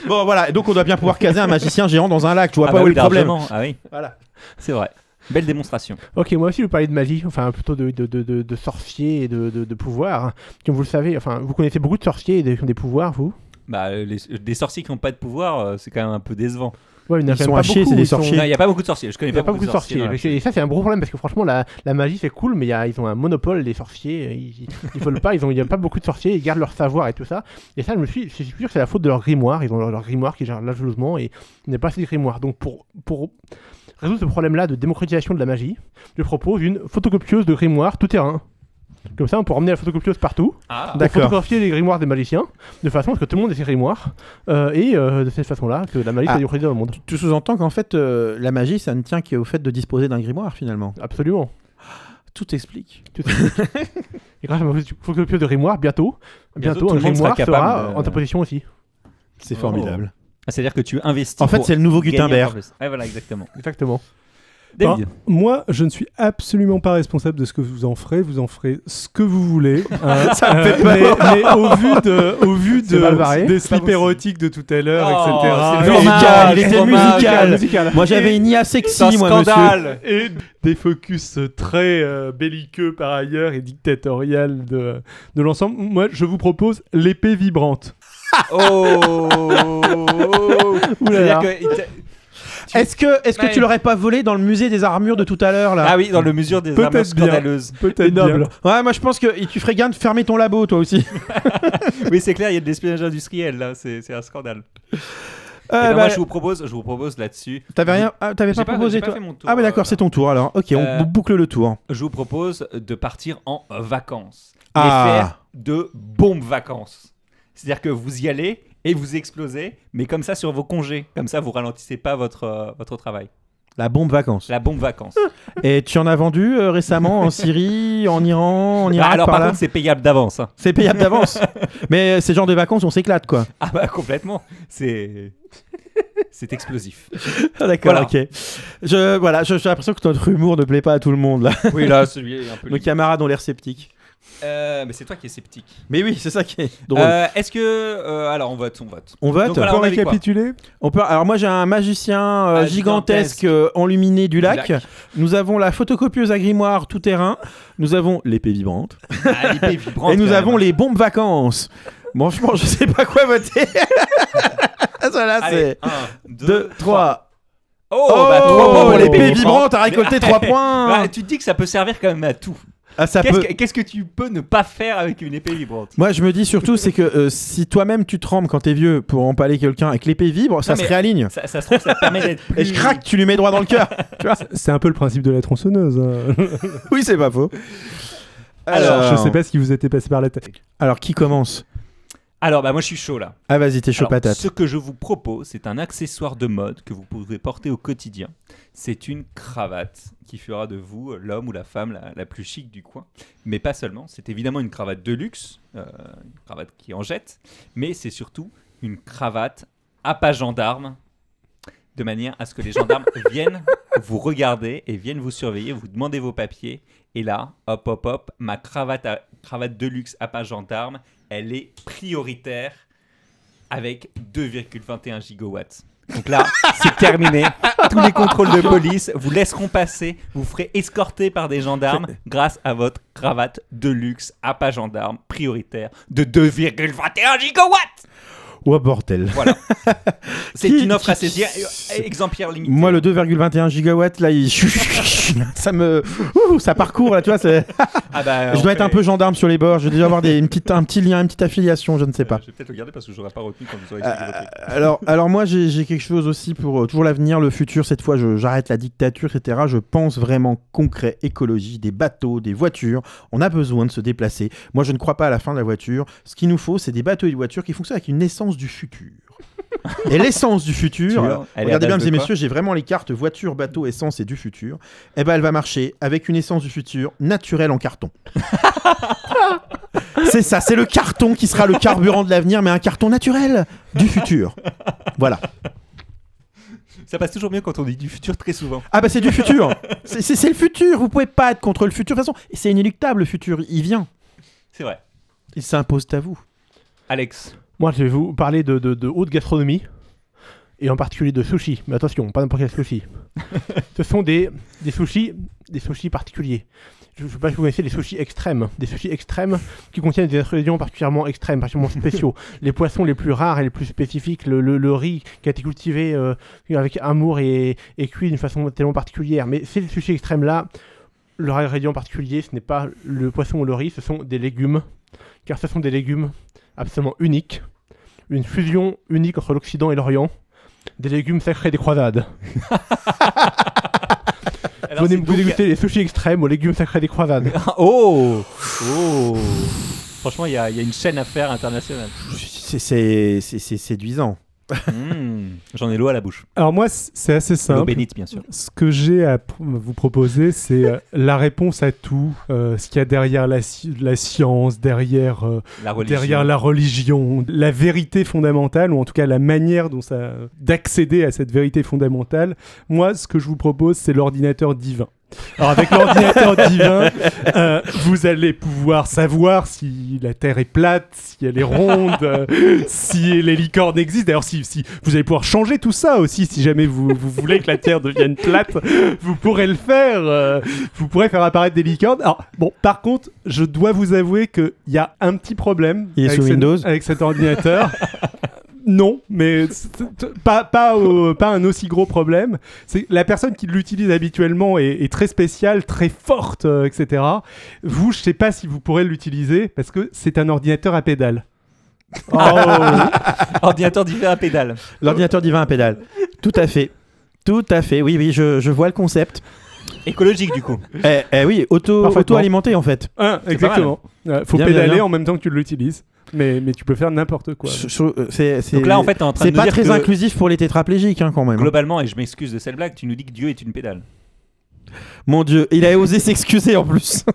Speaker 4: Bon, voilà, donc on doit bien pouvoir caser un magicien géant dans un lac, tu vois
Speaker 3: Ah
Speaker 4: pas
Speaker 3: bah
Speaker 4: où est
Speaker 3: oui,
Speaker 4: le problème.
Speaker 3: largement. Ah oui,
Speaker 4: Voilà.
Speaker 3: c'est vrai. Belle démonstration.
Speaker 2: Ok, moi aussi, je vous parlais de magie, enfin plutôt de, de, de, de- de sorciers et de, de, de pouvoirs. Comme vous le savez, enfin, vous connaissez beaucoup de sorciers et de- qui ont des pouvoirs, vous
Speaker 3: Bah, les- des sorciers qui n'ont pas de pouvoir, euh, c'est quand même un peu décevant.
Speaker 2: Ouais, il y en a
Speaker 4: Ils
Speaker 2: quand même
Speaker 4: sont
Speaker 2: pas
Speaker 4: à chier,
Speaker 2: beaucoup,
Speaker 4: c'est des
Speaker 2: ils sont-
Speaker 4: sorciers.
Speaker 3: Non, il n'y a pas beaucoup de sorciers. Je connais
Speaker 2: Il n'y a
Speaker 3: pas, beaucoup de sorciers.
Speaker 2: Et
Speaker 3: ouais.
Speaker 2: c'est- Et ça, c'est un gros problème parce que franchement, la, la magie, c'est cool, mais il y a- ils ont un monopole, les sorciers. euh, Ils, ils volent pas, ils ont, il n'y a pas beaucoup de sorciers, ils gardent leur savoir et tout ça. Et ça, je me suis, je suis sûr que c'est la faute de leur grimoire. Ils ont leur, leur grimoire qui gère l'agelousement et il n'y a pas assez de grimoire. Donc, pour, pour résoudre ce problème-là de démocratisation de la magie, je propose une photocopieuse de grimoire tout terrain. Comme ça, on peut emmener la photocopieuse partout,
Speaker 3: Ah,
Speaker 2: pour
Speaker 4: D'accord.
Speaker 2: photographier les grimoires des magiciens, de façon à ce que tout le monde ait ses grimoires, euh, et euh, de cette façon-là, que la magie
Speaker 4: Ah.
Speaker 2: soit démocratisée dans le monde.
Speaker 4: Tu sous-entends qu'en fait, euh, la magie, ça ne tient qu'au fait de disposer d'un grimoire, finalement.
Speaker 2: Absolument.
Speaker 4: Tout explique.
Speaker 2: Et grâce à ma photocopieuse de grimoire, bientôt,
Speaker 3: Bientôt,
Speaker 2: bientôt,
Speaker 3: tout
Speaker 2: un
Speaker 3: le monde
Speaker 2: grimoire
Speaker 3: sera
Speaker 2: sera,
Speaker 3: capable de-
Speaker 2: en ta position aussi.
Speaker 4: C'est
Speaker 3: Oh.
Speaker 4: formidable.
Speaker 3: Ah, C'est-à-dire que tu investis.
Speaker 4: En fait,
Speaker 3: pour
Speaker 4: c'est le nouveau
Speaker 3: gagner encore
Speaker 4: Gutenberg.
Speaker 3: plus. Ouais, voilà, exactement.
Speaker 2: Exactement.
Speaker 3: David,
Speaker 1: Moi, je ne suis absolument pas responsable de ce que vous en ferez. Vous en ferez ce que vous voulez. hein.
Speaker 4: Ça me fait
Speaker 1: Euh, mais, mais au vu de, au vu
Speaker 2: C'est mal barré.
Speaker 1: de, des
Speaker 2: C'est pas
Speaker 1: slips
Speaker 2: possible.
Speaker 1: érotiques de tout à l'heure,
Speaker 3: Oh, c'est
Speaker 1: etc.
Speaker 3: le
Speaker 1: Et-
Speaker 3: fromage,
Speaker 4: Musical, Ah, il
Speaker 3: le
Speaker 4: était
Speaker 3: fromage.
Speaker 4: musical. Moi, j'avais une IA sexy,
Speaker 3: c'est un
Speaker 4: moi, monsieur.
Speaker 3: scandale.
Speaker 1: et des focus très euh, belliqueux par ailleurs et dictatorial de, de l'ensemble. Moi, je vous propose l'épée vibrante.
Speaker 3: Oh
Speaker 2: là.
Speaker 3: C'est-à-dire que il t'a- Tu-
Speaker 4: Est-ce que, est-ce que
Speaker 3: Ouais.
Speaker 4: tu l'aurais pas volé dans le musée des armures de tout à l'heure, là
Speaker 3: Ah oui, dans le mesure des
Speaker 1: Peut-être
Speaker 3: armes
Speaker 1: bien.
Speaker 3: scandaleuses.
Speaker 1: Peut-être
Speaker 4: Noble.
Speaker 1: bien.
Speaker 4: Ouais, moi je pense que et tu ferais gain de fermer ton labo toi aussi.
Speaker 3: Oui, c'est clair, il y a de l'espionnage industriel là, c'est c'est un scandale.
Speaker 4: Euh,
Speaker 3: Eh ben,
Speaker 4: bah,
Speaker 3: moi, je vous propose, je vous propose là-dessus.
Speaker 4: T'avais rien, ah, t'avais
Speaker 3: J'ai
Speaker 4: pas,
Speaker 3: pas-
Speaker 4: proposé
Speaker 3: j'ai pas
Speaker 4: toi.
Speaker 3: fait mon tour,
Speaker 4: ah, mais d'accord,
Speaker 3: euh,
Speaker 4: c'est ton tour alors. Ok, on
Speaker 3: Euh,
Speaker 4: boucle le tour.
Speaker 3: Je vous propose de partir en euh, vacances
Speaker 4: Ah.
Speaker 3: et faire de bombes vacances. C'est-à-dire que vous y allez et vous explosez, mais comme ça sur vos congés, comme ça vous ralentissez pas votre euh, votre travail.
Speaker 4: La bombe vacances.
Speaker 3: La bombe vacances.
Speaker 4: Et tu en as vendu euh, récemment en Syrie, en Iran, en
Speaker 3: Bah,
Speaker 4: Irak,
Speaker 3: alors
Speaker 4: par
Speaker 3: par
Speaker 4: là
Speaker 3: contre, c'est payable d'avance. hein.
Speaker 4: C'est payable d'avance. mais euh, ces genres de vacances, on s'éclate quoi.
Speaker 3: Ah bah complètement, c'est c'est explosif.
Speaker 4: Ah, d'accord,
Speaker 3: Voilà.
Speaker 4: ok. Je, voilà, je- j'ai l'impression que notre humour ne plaît pas à tout le monde là.
Speaker 3: Oui là, celui est un peu.
Speaker 4: Nos camarades ont l'air sceptiques.
Speaker 3: Euh, mais c'est toi qui es sceptique.
Speaker 4: Mais oui, c'est ça qui est drôle.
Speaker 3: Euh, Est-ce que euh, alors on vote, on vote.
Speaker 4: on vote.
Speaker 3: donc voilà.
Speaker 1: Pour
Speaker 3: on avait quoi
Speaker 1: récapituler,
Speaker 4: On peut... Alors moi j'ai un magicien euh,
Speaker 3: Ah,
Speaker 4: gigantesque
Speaker 3: gigantesque.
Speaker 4: euh, enluminé du lac.
Speaker 3: Du lac.
Speaker 4: Nous avons la photocopieuse à grimoire tout terrain. Nous avons l'épée vibrante.
Speaker 3: Ah, l'épée vibrante,
Speaker 4: Et nous
Speaker 3: quand
Speaker 4: avons
Speaker 3: même.
Speaker 4: les bombes vacances. Bon, franchement, je sais pas quoi voter. Voilà,
Speaker 3: Allez,
Speaker 4: c'est
Speaker 3: 1,
Speaker 4: 2,
Speaker 3: 2, 3.
Speaker 4: 3.
Speaker 3: Oh,
Speaker 4: Oh,
Speaker 3: bah, trois points pour l'épée
Speaker 4: l'épée
Speaker 3: vibrante.
Speaker 4: vibrante a récolté 3
Speaker 3: Bah,
Speaker 4: points.
Speaker 3: tu te dis que ça peut servir quand même à tout.
Speaker 4: Ah, ça
Speaker 3: Qu'est-ce
Speaker 4: peut.
Speaker 3: que, qu'est-ce que tu peux ne pas faire avec une épée vibrante
Speaker 4: Moi, je me dis surtout, c'est que euh, si toi-même tu trembles quand t'es vieux pour empaler quelqu'un et que l'épée vibre, ça
Speaker 3: Non,
Speaker 4: se
Speaker 3: mais-
Speaker 4: réaligne.
Speaker 3: ça, ça se trouve, ça te permet d'être plus...
Speaker 4: Et crac, tu lui mets droit dans le cœur.
Speaker 1: c'est un peu le principe de la tronçonneuse. hein.
Speaker 4: oui, c'est pas faux. Euh,
Speaker 1: Alors, je sais pas ce qui vous était passé par la tête.
Speaker 4: Alors, qui commence
Speaker 3: Alors, bah moi, je suis chaud, là.
Speaker 4: Ah, vas-y, t'es chaud
Speaker 3: Alors,
Speaker 4: patate.
Speaker 3: ce que je vous propose, c'est un accessoire de mode que vous pouvez porter au quotidien. C'est une cravate qui fera de vous euh, l'homme ou la femme la, la plus chic du coin. Mais pas seulement. C'est évidemment une cravate de luxe, euh, une cravate qui en jette, mais c'est surtout une cravate à pas gendarme, de manière à ce que les gendarmes viennent vous regarder et viennent vous surveiller, vous demander vos papiers. Et là, hop, hop, hop, ma cravate, à- cravate de luxe à pas gendarme, elle est prioritaire avec 2,21 gigawatts. Donc là, c'est terminé. Tous les contrôles de police vous laisseront passer. Vous ferez escorter par des gendarmes grâce à votre cravate de luxe à pas gendarme prioritaire de 2,21 gigawatts.
Speaker 4: Oh, bordel.
Speaker 3: C'est
Speaker 4: Qui-
Speaker 3: une offre à saisir
Speaker 4: qui-
Speaker 3: euh, exemplaire limité.
Speaker 4: Moi, le 2,21 gigawatts, là, il... ça me. Ouh, ça parcourt, là, tu vois. c'est-
Speaker 3: Ah bah,
Speaker 4: je
Speaker 3: on
Speaker 4: dois être
Speaker 3: fait-
Speaker 4: un peu gendarme sur les bords. Je dois avoir des, une petite, un petit lien, une petite affiliation, je ne sais pas.
Speaker 3: Euh, Je vais peut-être le garder parce que j'aurais pas retenu quand vous aurez
Speaker 4: Euh,
Speaker 3: expliqué votre truc.
Speaker 4: alors, alors moi j'ai j'ai quelque chose aussi pour euh, toujours l'avenir, le futur. Cette fois, je- j'arrête la dictature, etc. Je pense vraiment concret, écologie, des bateaux, des voitures. On a besoin de se déplacer. Moi, je ne crois pas à la fin de la voiture. Ce qu'il nous faut, c'est des bateaux et des voitures qui fonctionnent avec une essence du futur. et l'essence du futur,
Speaker 3: Tu vois,
Speaker 4: euh,
Speaker 3: elle est
Speaker 4: regardez
Speaker 3: à
Speaker 4: bien, mesdames
Speaker 3: base
Speaker 4: et
Speaker 3: de quoi
Speaker 4: messieurs, j'ai vraiment les cartes voiture, bateau, essence et du futur. Eh ben, elle va marcher avec une essence du futur naturelle en carton. C'est ça, c'est le carton qui sera le carburant de l'avenir, mais un carton naturel du futur. Voilà.
Speaker 3: Ça passe toujours mieux quand on dit du futur très souvent.
Speaker 4: Ah bah c'est du futur. C'est- C'est c'est le futur. Vous pouvez pas être contre le futur. De toute façon, c'est inéluctable le futur. Il vient.
Speaker 3: C'est vrai.
Speaker 4: Il s'impose à vous.
Speaker 3: Alex,
Speaker 2: Moi, je vais vous parler de, de, de haute gastronomie, et en particulier de sushi. Mais attention, pas n'importe quel sushi. Ce sont des, des sushis des sushis particuliers. Je ne sais pas si vous connaissez les sushis extrêmes. Des sushis extrêmes qui contiennent des ingrédients particulièrement extrêmes, particulièrement spéciaux. les poissons les plus rares et les plus spécifiques, le, le- le riz qui a été cultivé euh, avec amour et, et cuit d'une façon tellement particulière. Mais ces sushis extrêmes-là, leur ingrédient particulier, ce n'est pas le poisson ou le riz, ce sont des légumes. Car ce sont des légumes absolument uniques une fusion unique entre l'Occident et l'Orient, des légumes sacrés des croisades.
Speaker 3: Alors,
Speaker 2: Venez
Speaker 3: c'est
Speaker 2: vous
Speaker 3: donc-
Speaker 2: déguster les sushis extrêmes aux légumes sacrés des croisades.
Speaker 3: Oh Oh Franchement, il y, a il y a une chaîne à faire internationale.
Speaker 4: C'est- C'est c'est- c'est séduisant.
Speaker 3: Mm. J'en ai l'eau à la bouche.
Speaker 1: Alors moi, c- c'est assez
Speaker 3: L'eau
Speaker 1: simple.
Speaker 3: bénite, bien sûr.
Speaker 1: Ce que j'ai à pr- vous proposer, c'est euh, la réponse à tout, euh, ce qu'il y a derrière la, sci- la science, derrière, euh,
Speaker 3: La religion.
Speaker 1: derrière la religion, la vérité fondamentale, ou en tout cas la manière dont ça, d'accéder à cette vérité fondamentale. Moi, ce que je vous propose, c'est l'ordinateur divin. Alors avec l'ordinateur divin, euh, vous allez pouvoir savoir si la Terre est plate, si elle est ronde, euh, si les licornes existent. D'ailleurs, si, si vous allez pouvoir changer tout ça aussi, si jamais vous, vous voulez que la Terre devienne plate, vous pourrez le faire. euh, vous pourrez faire apparaître des licornes. Alors bon, par contre, je dois vous avouer qu'il y a un petit problème
Speaker 4: Il est
Speaker 1: avec,
Speaker 4: sous
Speaker 1: cet-
Speaker 4: Windows
Speaker 1: avec cet ordinateur. Non, mais c'est- c'est- pas, pas, au- pas un aussi gros problème. C'est la personne qui l'utilise habituellement est, est très spéciale, très forte, euh, etc. Vous, je sais pas si vous pourrez l'utiliser parce que c'est un ordinateur à pédale.
Speaker 4: Oh.
Speaker 1: Oh.
Speaker 3: Ordinateur différent à pédale.
Speaker 4: L'ordinateur divin à pédale. Tout à fait. Tout à fait. Oui, oui, je, je vois le concept.
Speaker 3: Écologique, du coup.
Speaker 4: Eh, eh oui, auto-
Speaker 1: Parfaitement.
Speaker 4: auto-alimenté en fait.
Speaker 1: Hein,
Speaker 3: C'est
Speaker 1: exactement. Ouais, faut
Speaker 4: Bien, bien,
Speaker 1: pédaler
Speaker 4: bien.
Speaker 1: en même temps que tu l'utilises, mais mais tu peux faire n'importe quoi.
Speaker 4: Je- je- euh, c'est- c'est-
Speaker 3: Donc là, en fait, t'es en train de
Speaker 4: c'est
Speaker 3: nous
Speaker 4: pas
Speaker 3: dire
Speaker 4: très
Speaker 3: que
Speaker 4: inclusif pour les tétraplégiques hein, quand même.
Speaker 3: globalement, et je m'excuse de cette blague, tu nous dis que Dieu est une pédale.
Speaker 4: Mon dieu, il a osé s'excuser en plus.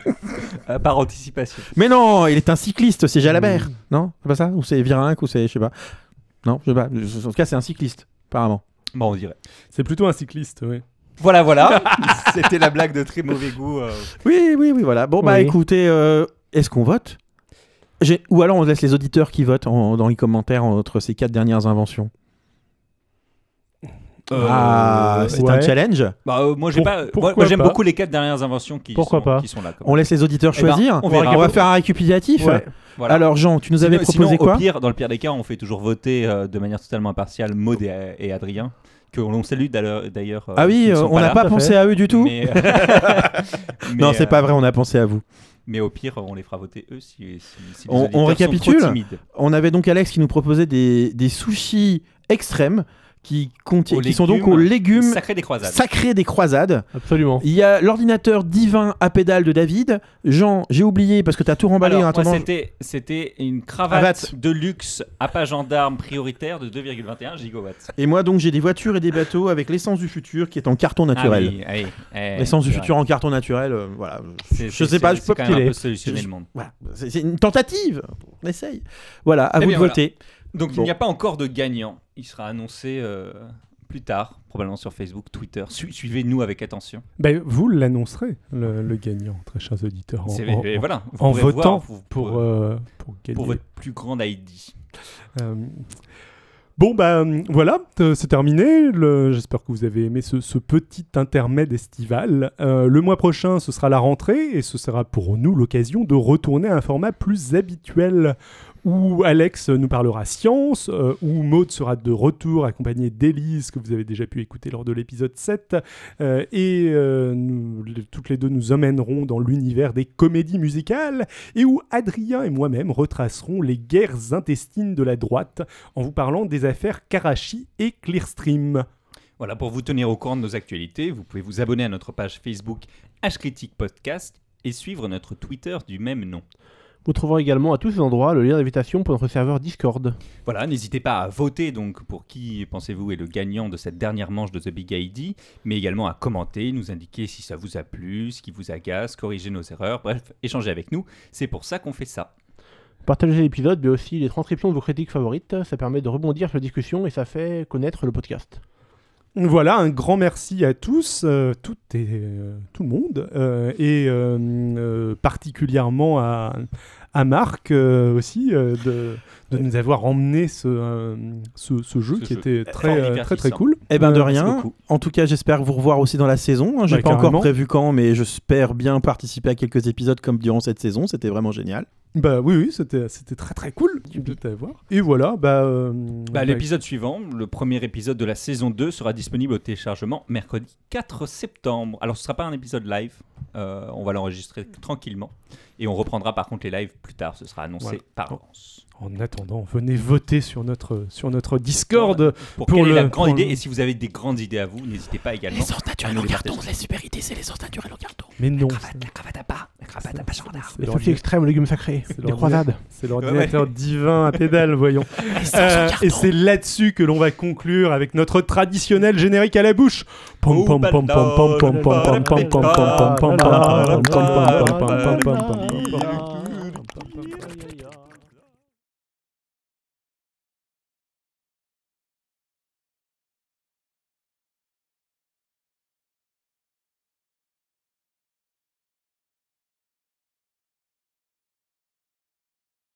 Speaker 3: Euh, par anticipation.
Speaker 4: Mais non, il est un cycliste, c'est Jalabert, non C'est pas ça Ou c'est Virinck, ou c'est, je sais pas. Non, je sais pas. En tout cas, c'est un cycliste, apparemment.
Speaker 3: Bon, on dirait.
Speaker 1: C'est plutôt un cycliste, oui.
Speaker 3: Voilà, voilà. C'était la blague de très mauvais goût. euh.
Speaker 4: Oui, oui, oui, voilà. Bon, bah
Speaker 2: Oui.
Speaker 4: écoutez, euh, est-ce qu'on vote J'ai- Ou alors on laisse les auditeurs qui votent en- dans les commentaires entre ces quatre dernières inventions. ah,
Speaker 3: Euh,
Speaker 4: c'est un
Speaker 1: ouais.
Speaker 4: challenge.
Speaker 3: Bah, euh, moi, j'ai
Speaker 1: Pour-
Speaker 3: pas. moi-
Speaker 1: pourquoi
Speaker 3: moi, j'aime
Speaker 1: pas
Speaker 3: beaucoup les quatre dernières inventions qui,
Speaker 2: Pourquoi
Speaker 3: sont,
Speaker 2: pas
Speaker 3: qui sont là. comme-
Speaker 4: On laisse les auditeurs
Speaker 3: Eh ben,
Speaker 4: choisir.
Speaker 3: on verra.
Speaker 4: va faire un récapitulatif.
Speaker 2: Ouais.
Speaker 3: Voilà.
Speaker 4: Alors, Jean, tu nous avais
Speaker 3: Sinon-
Speaker 4: proposé
Speaker 3: sinon,
Speaker 4: quoi
Speaker 3: au pire, Dans le pire des cas, on fait toujours voter euh, de manière totalement impartiale Maud et, euh, et Adrien, que l'on salue d'ailleurs- d'ailleurs. euh,
Speaker 4: Ah
Speaker 3: qui
Speaker 4: oui,
Speaker 3: ne
Speaker 4: euh,
Speaker 3: sont
Speaker 4: on n'a
Speaker 3: là.
Speaker 4: pas,
Speaker 2: tout à
Speaker 4: pensé
Speaker 2: fait.
Speaker 4: à eux du tout.
Speaker 3: Mais, euh, mais,
Speaker 4: non, c'est
Speaker 3: euh,
Speaker 4: pas vrai, on a pensé à vous.
Speaker 3: Mais au pire, on les fera voter eux si, si- si les
Speaker 4: On- on
Speaker 3: auditeurs sont
Speaker 4: récapitule
Speaker 3: trop timides.
Speaker 4: On avait donc Alex qui nous proposait des, des sushis extrêmes qui, conti-
Speaker 3: Aux
Speaker 4: qui sont donc
Speaker 3: légumes.
Speaker 4: aux légumes
Speaker 3: Sacré des croisades.
Speaker 4: sacrés des croisades.
Speaker 2: Absolument.
Speaker 4: Il y a l'ordinateur divin à pédale de David. Jean, j'ai oublié parce que t'as hein, tout remballé
Speaker 3: Alors,
Speaker 4: en
Speaker 3: moi,
Speaker 4: attendant.
Speaker 3: c'était, c'était une cravate de luxe à pas gendarme prioritaire de 2,21 gigawatts.
Speaker 4: Et moi donc j'ai des voitures et des bateaux avec l'essence du futur qui est en carton naturel.
Speaker 3: Ah oui, ah oui, eh,
Speaker 4: L'essence du
Speaker 3: c'est
Speaker 4: futur en carton naturel, euh, voilà.
Speaker 3: vrai. C'est-
Speaker 4: Je
Speaker 3: c'est-
Speaker 4: sais pas,
Speaker 3: c'est-
Speaker 4: je
Speaker 3: c'est
Speaker 4: peux
Speaker 3: quand même
Speaker 4: piler.
Speaker 3: un peu solutionner
Speaker 4: Je-
Speaker 3: le monde.
Speaker 4: Voilà. C'est c'est une tentative. On essaye. Voilà, à
Speaker 3: Eh
Speaker 4: vous
Speaker 3: bien,
Speaker 4: de
Speaker 3: voilà.
Speaker 4: voter.
Speaker 3: Donc
Speaker 4: Bon.
Speaker 3: il n'y a pas encore de gagnant. Il sera annoncé euh, plus tard, probablement sur Facebook, Twitter. Su- Suivez-nous avec attention.
Speaker 1: Ben, vous l'annoncerez, le, le gagnant, très chers auditeurs. en-
Speaker 3: C'est-
Speaker 1: en-
Speaker 3: et voilà, vous
Speaker 1: en
Speaker 3: pourrez
Speaker 1: votant
Speaker 3: voir, vous-
Speaker 1: pour,
Speaker 3: pour,
Speaker 1: euh, pour gagner.
Speaker 3: pour votre plus grande ID.
Speaker 1: Euh, Bon, bah voilà, euh, c'est terminé. Le- J'espère que vous avez aimé ce, ce petit intermède estival. Euh, le mois prochain, ce sera la rentrée et ce sera pour nous l'occasion de retourner à un format plus habituel où Alex nous parlera science, euh, où Maude sera de retour accompagnée d'Élise, que vous avez déjà pu écouter lors de l'épisode 7, euh, et euh, nous- le- toutes les deux nous emmènerons dans l'univers des comédies musicales, et où Adrien et moi-même retracerons les guerres intestines de la droite en vous parlant des affaires Karachi et Clearstream.
Speaker 3: Voilà, pour vous tenir au courant de nos actualités, vous pouvez vous abonner à notre page Facebook H-Critique Podcast et suivre notre Twitter du même nom.
Speaker 2: Vous trouverez également à tous ces endroits le lien d'invitation pour notre serveur Discord.
Speaker 3: Voilà, n'hésitez pas à voter donc pour qui pensez-vous est le gagnant de cette dernière manche de The Big ID, mais également à commenter, nous indiquer si ça vous a plu, ce qui vous agace, corriger nos erreurs, bref, échanger avec nous. C'est pour ça qu'on fait ça.
Speaker 2: Partagez l'épisode, mais aussi les transcriptions de vos critiques favorites. Ça permet de rebondir sur la discussion et ça fait connaître le podcast.
Speaker 1: Voilà, un grand merci à tous, euh, toutes et, euh, tout le monde, euh, et euh, euh, particulièrement à, à Marc euh, aussi, euh, de, de nous avoir emmené ce, euh, ce, ce jeu
Speaker 3: Ce
Speaker 1: qui
Speaker 3: jeu
Speaker 1: était très, euh, très très
Speaker 3: divertissant.
Speaker 1: cool.
Speaker 4: Eh ben de
Speaker 1: Euh,
Speaker 3: merci
Speaker 4: rien.
Speaker 3: beaucoup.
Speaker 4: En tout cas, j'espère vous revoir aussi dans la saison. hein. J'ai
Speaker 1: Bah,
Speaker 4: pas
Speaker 1: carrément.
Speaker 4: encore prévu quand, mais j'espère bien participer à quelques épisodes comme durant cette saison. C'était vraiment génial.
Speaker 1: Bah oui, oui, c'était c'était très très cool de t'avoir. Et voilà, bah, euh,
Speaker 3: Bah,
Speaker 1: bah,
Speaker 3: L'épisode suivant, le premier épisode de la saison 2, sera disponible au téléchargement mercredi 4 septembre. Alors ce sera pas un épisode live, euh, on va l'enregistrer tranquillement, et on reprendra par contre les lives plus tard, ce sera annoncé
Speaker 1: Voilà.
Speaker 3: par avance.
Speaker 1: en attendant, venez voter sur notre, sur notre Discord.
Speaker 3: Pour,
Speaker 1: Pour
Speaker 3: quelle est
Speaker 1: le-
Speaker 3: la grande
Speaker 1: pour le-
Speaker 3: idée, et si vous avez des grandes idées à vous, n'hésitez pas également.
Speaker 4: naturelles
Speaker 3: en carton,
Speaker 4: les super idées, c'est les sources naturelles en carton.
Speaker 1: Mais non,
Speaker 3: cravate à pas, la cravate à pas gendarme.
Speaker 1: c'est
Speaker 2: Les
Speaker 1: l'ordi-
Speaker 2: sushis extrêmes, aux légumes sacrés,
Speaker 1: C'est
Speaker 2: les
Speaker 1: l'ordinaire.
Speaker 2: croisades.
Speaker 1: c'est l'ordinateur divin à pédale, voyons. Euh, et c'est là-dessus que l'on va conclure avec notre traditionnel générique à la bouche. Pom, pom, pom, pom, pom, pom, pom, pom, pom, pom, pom, pom, pom, pom, pom, pom, pom, pom, pom, pom, pom, pom, pom.
Speaker 2: Voilà.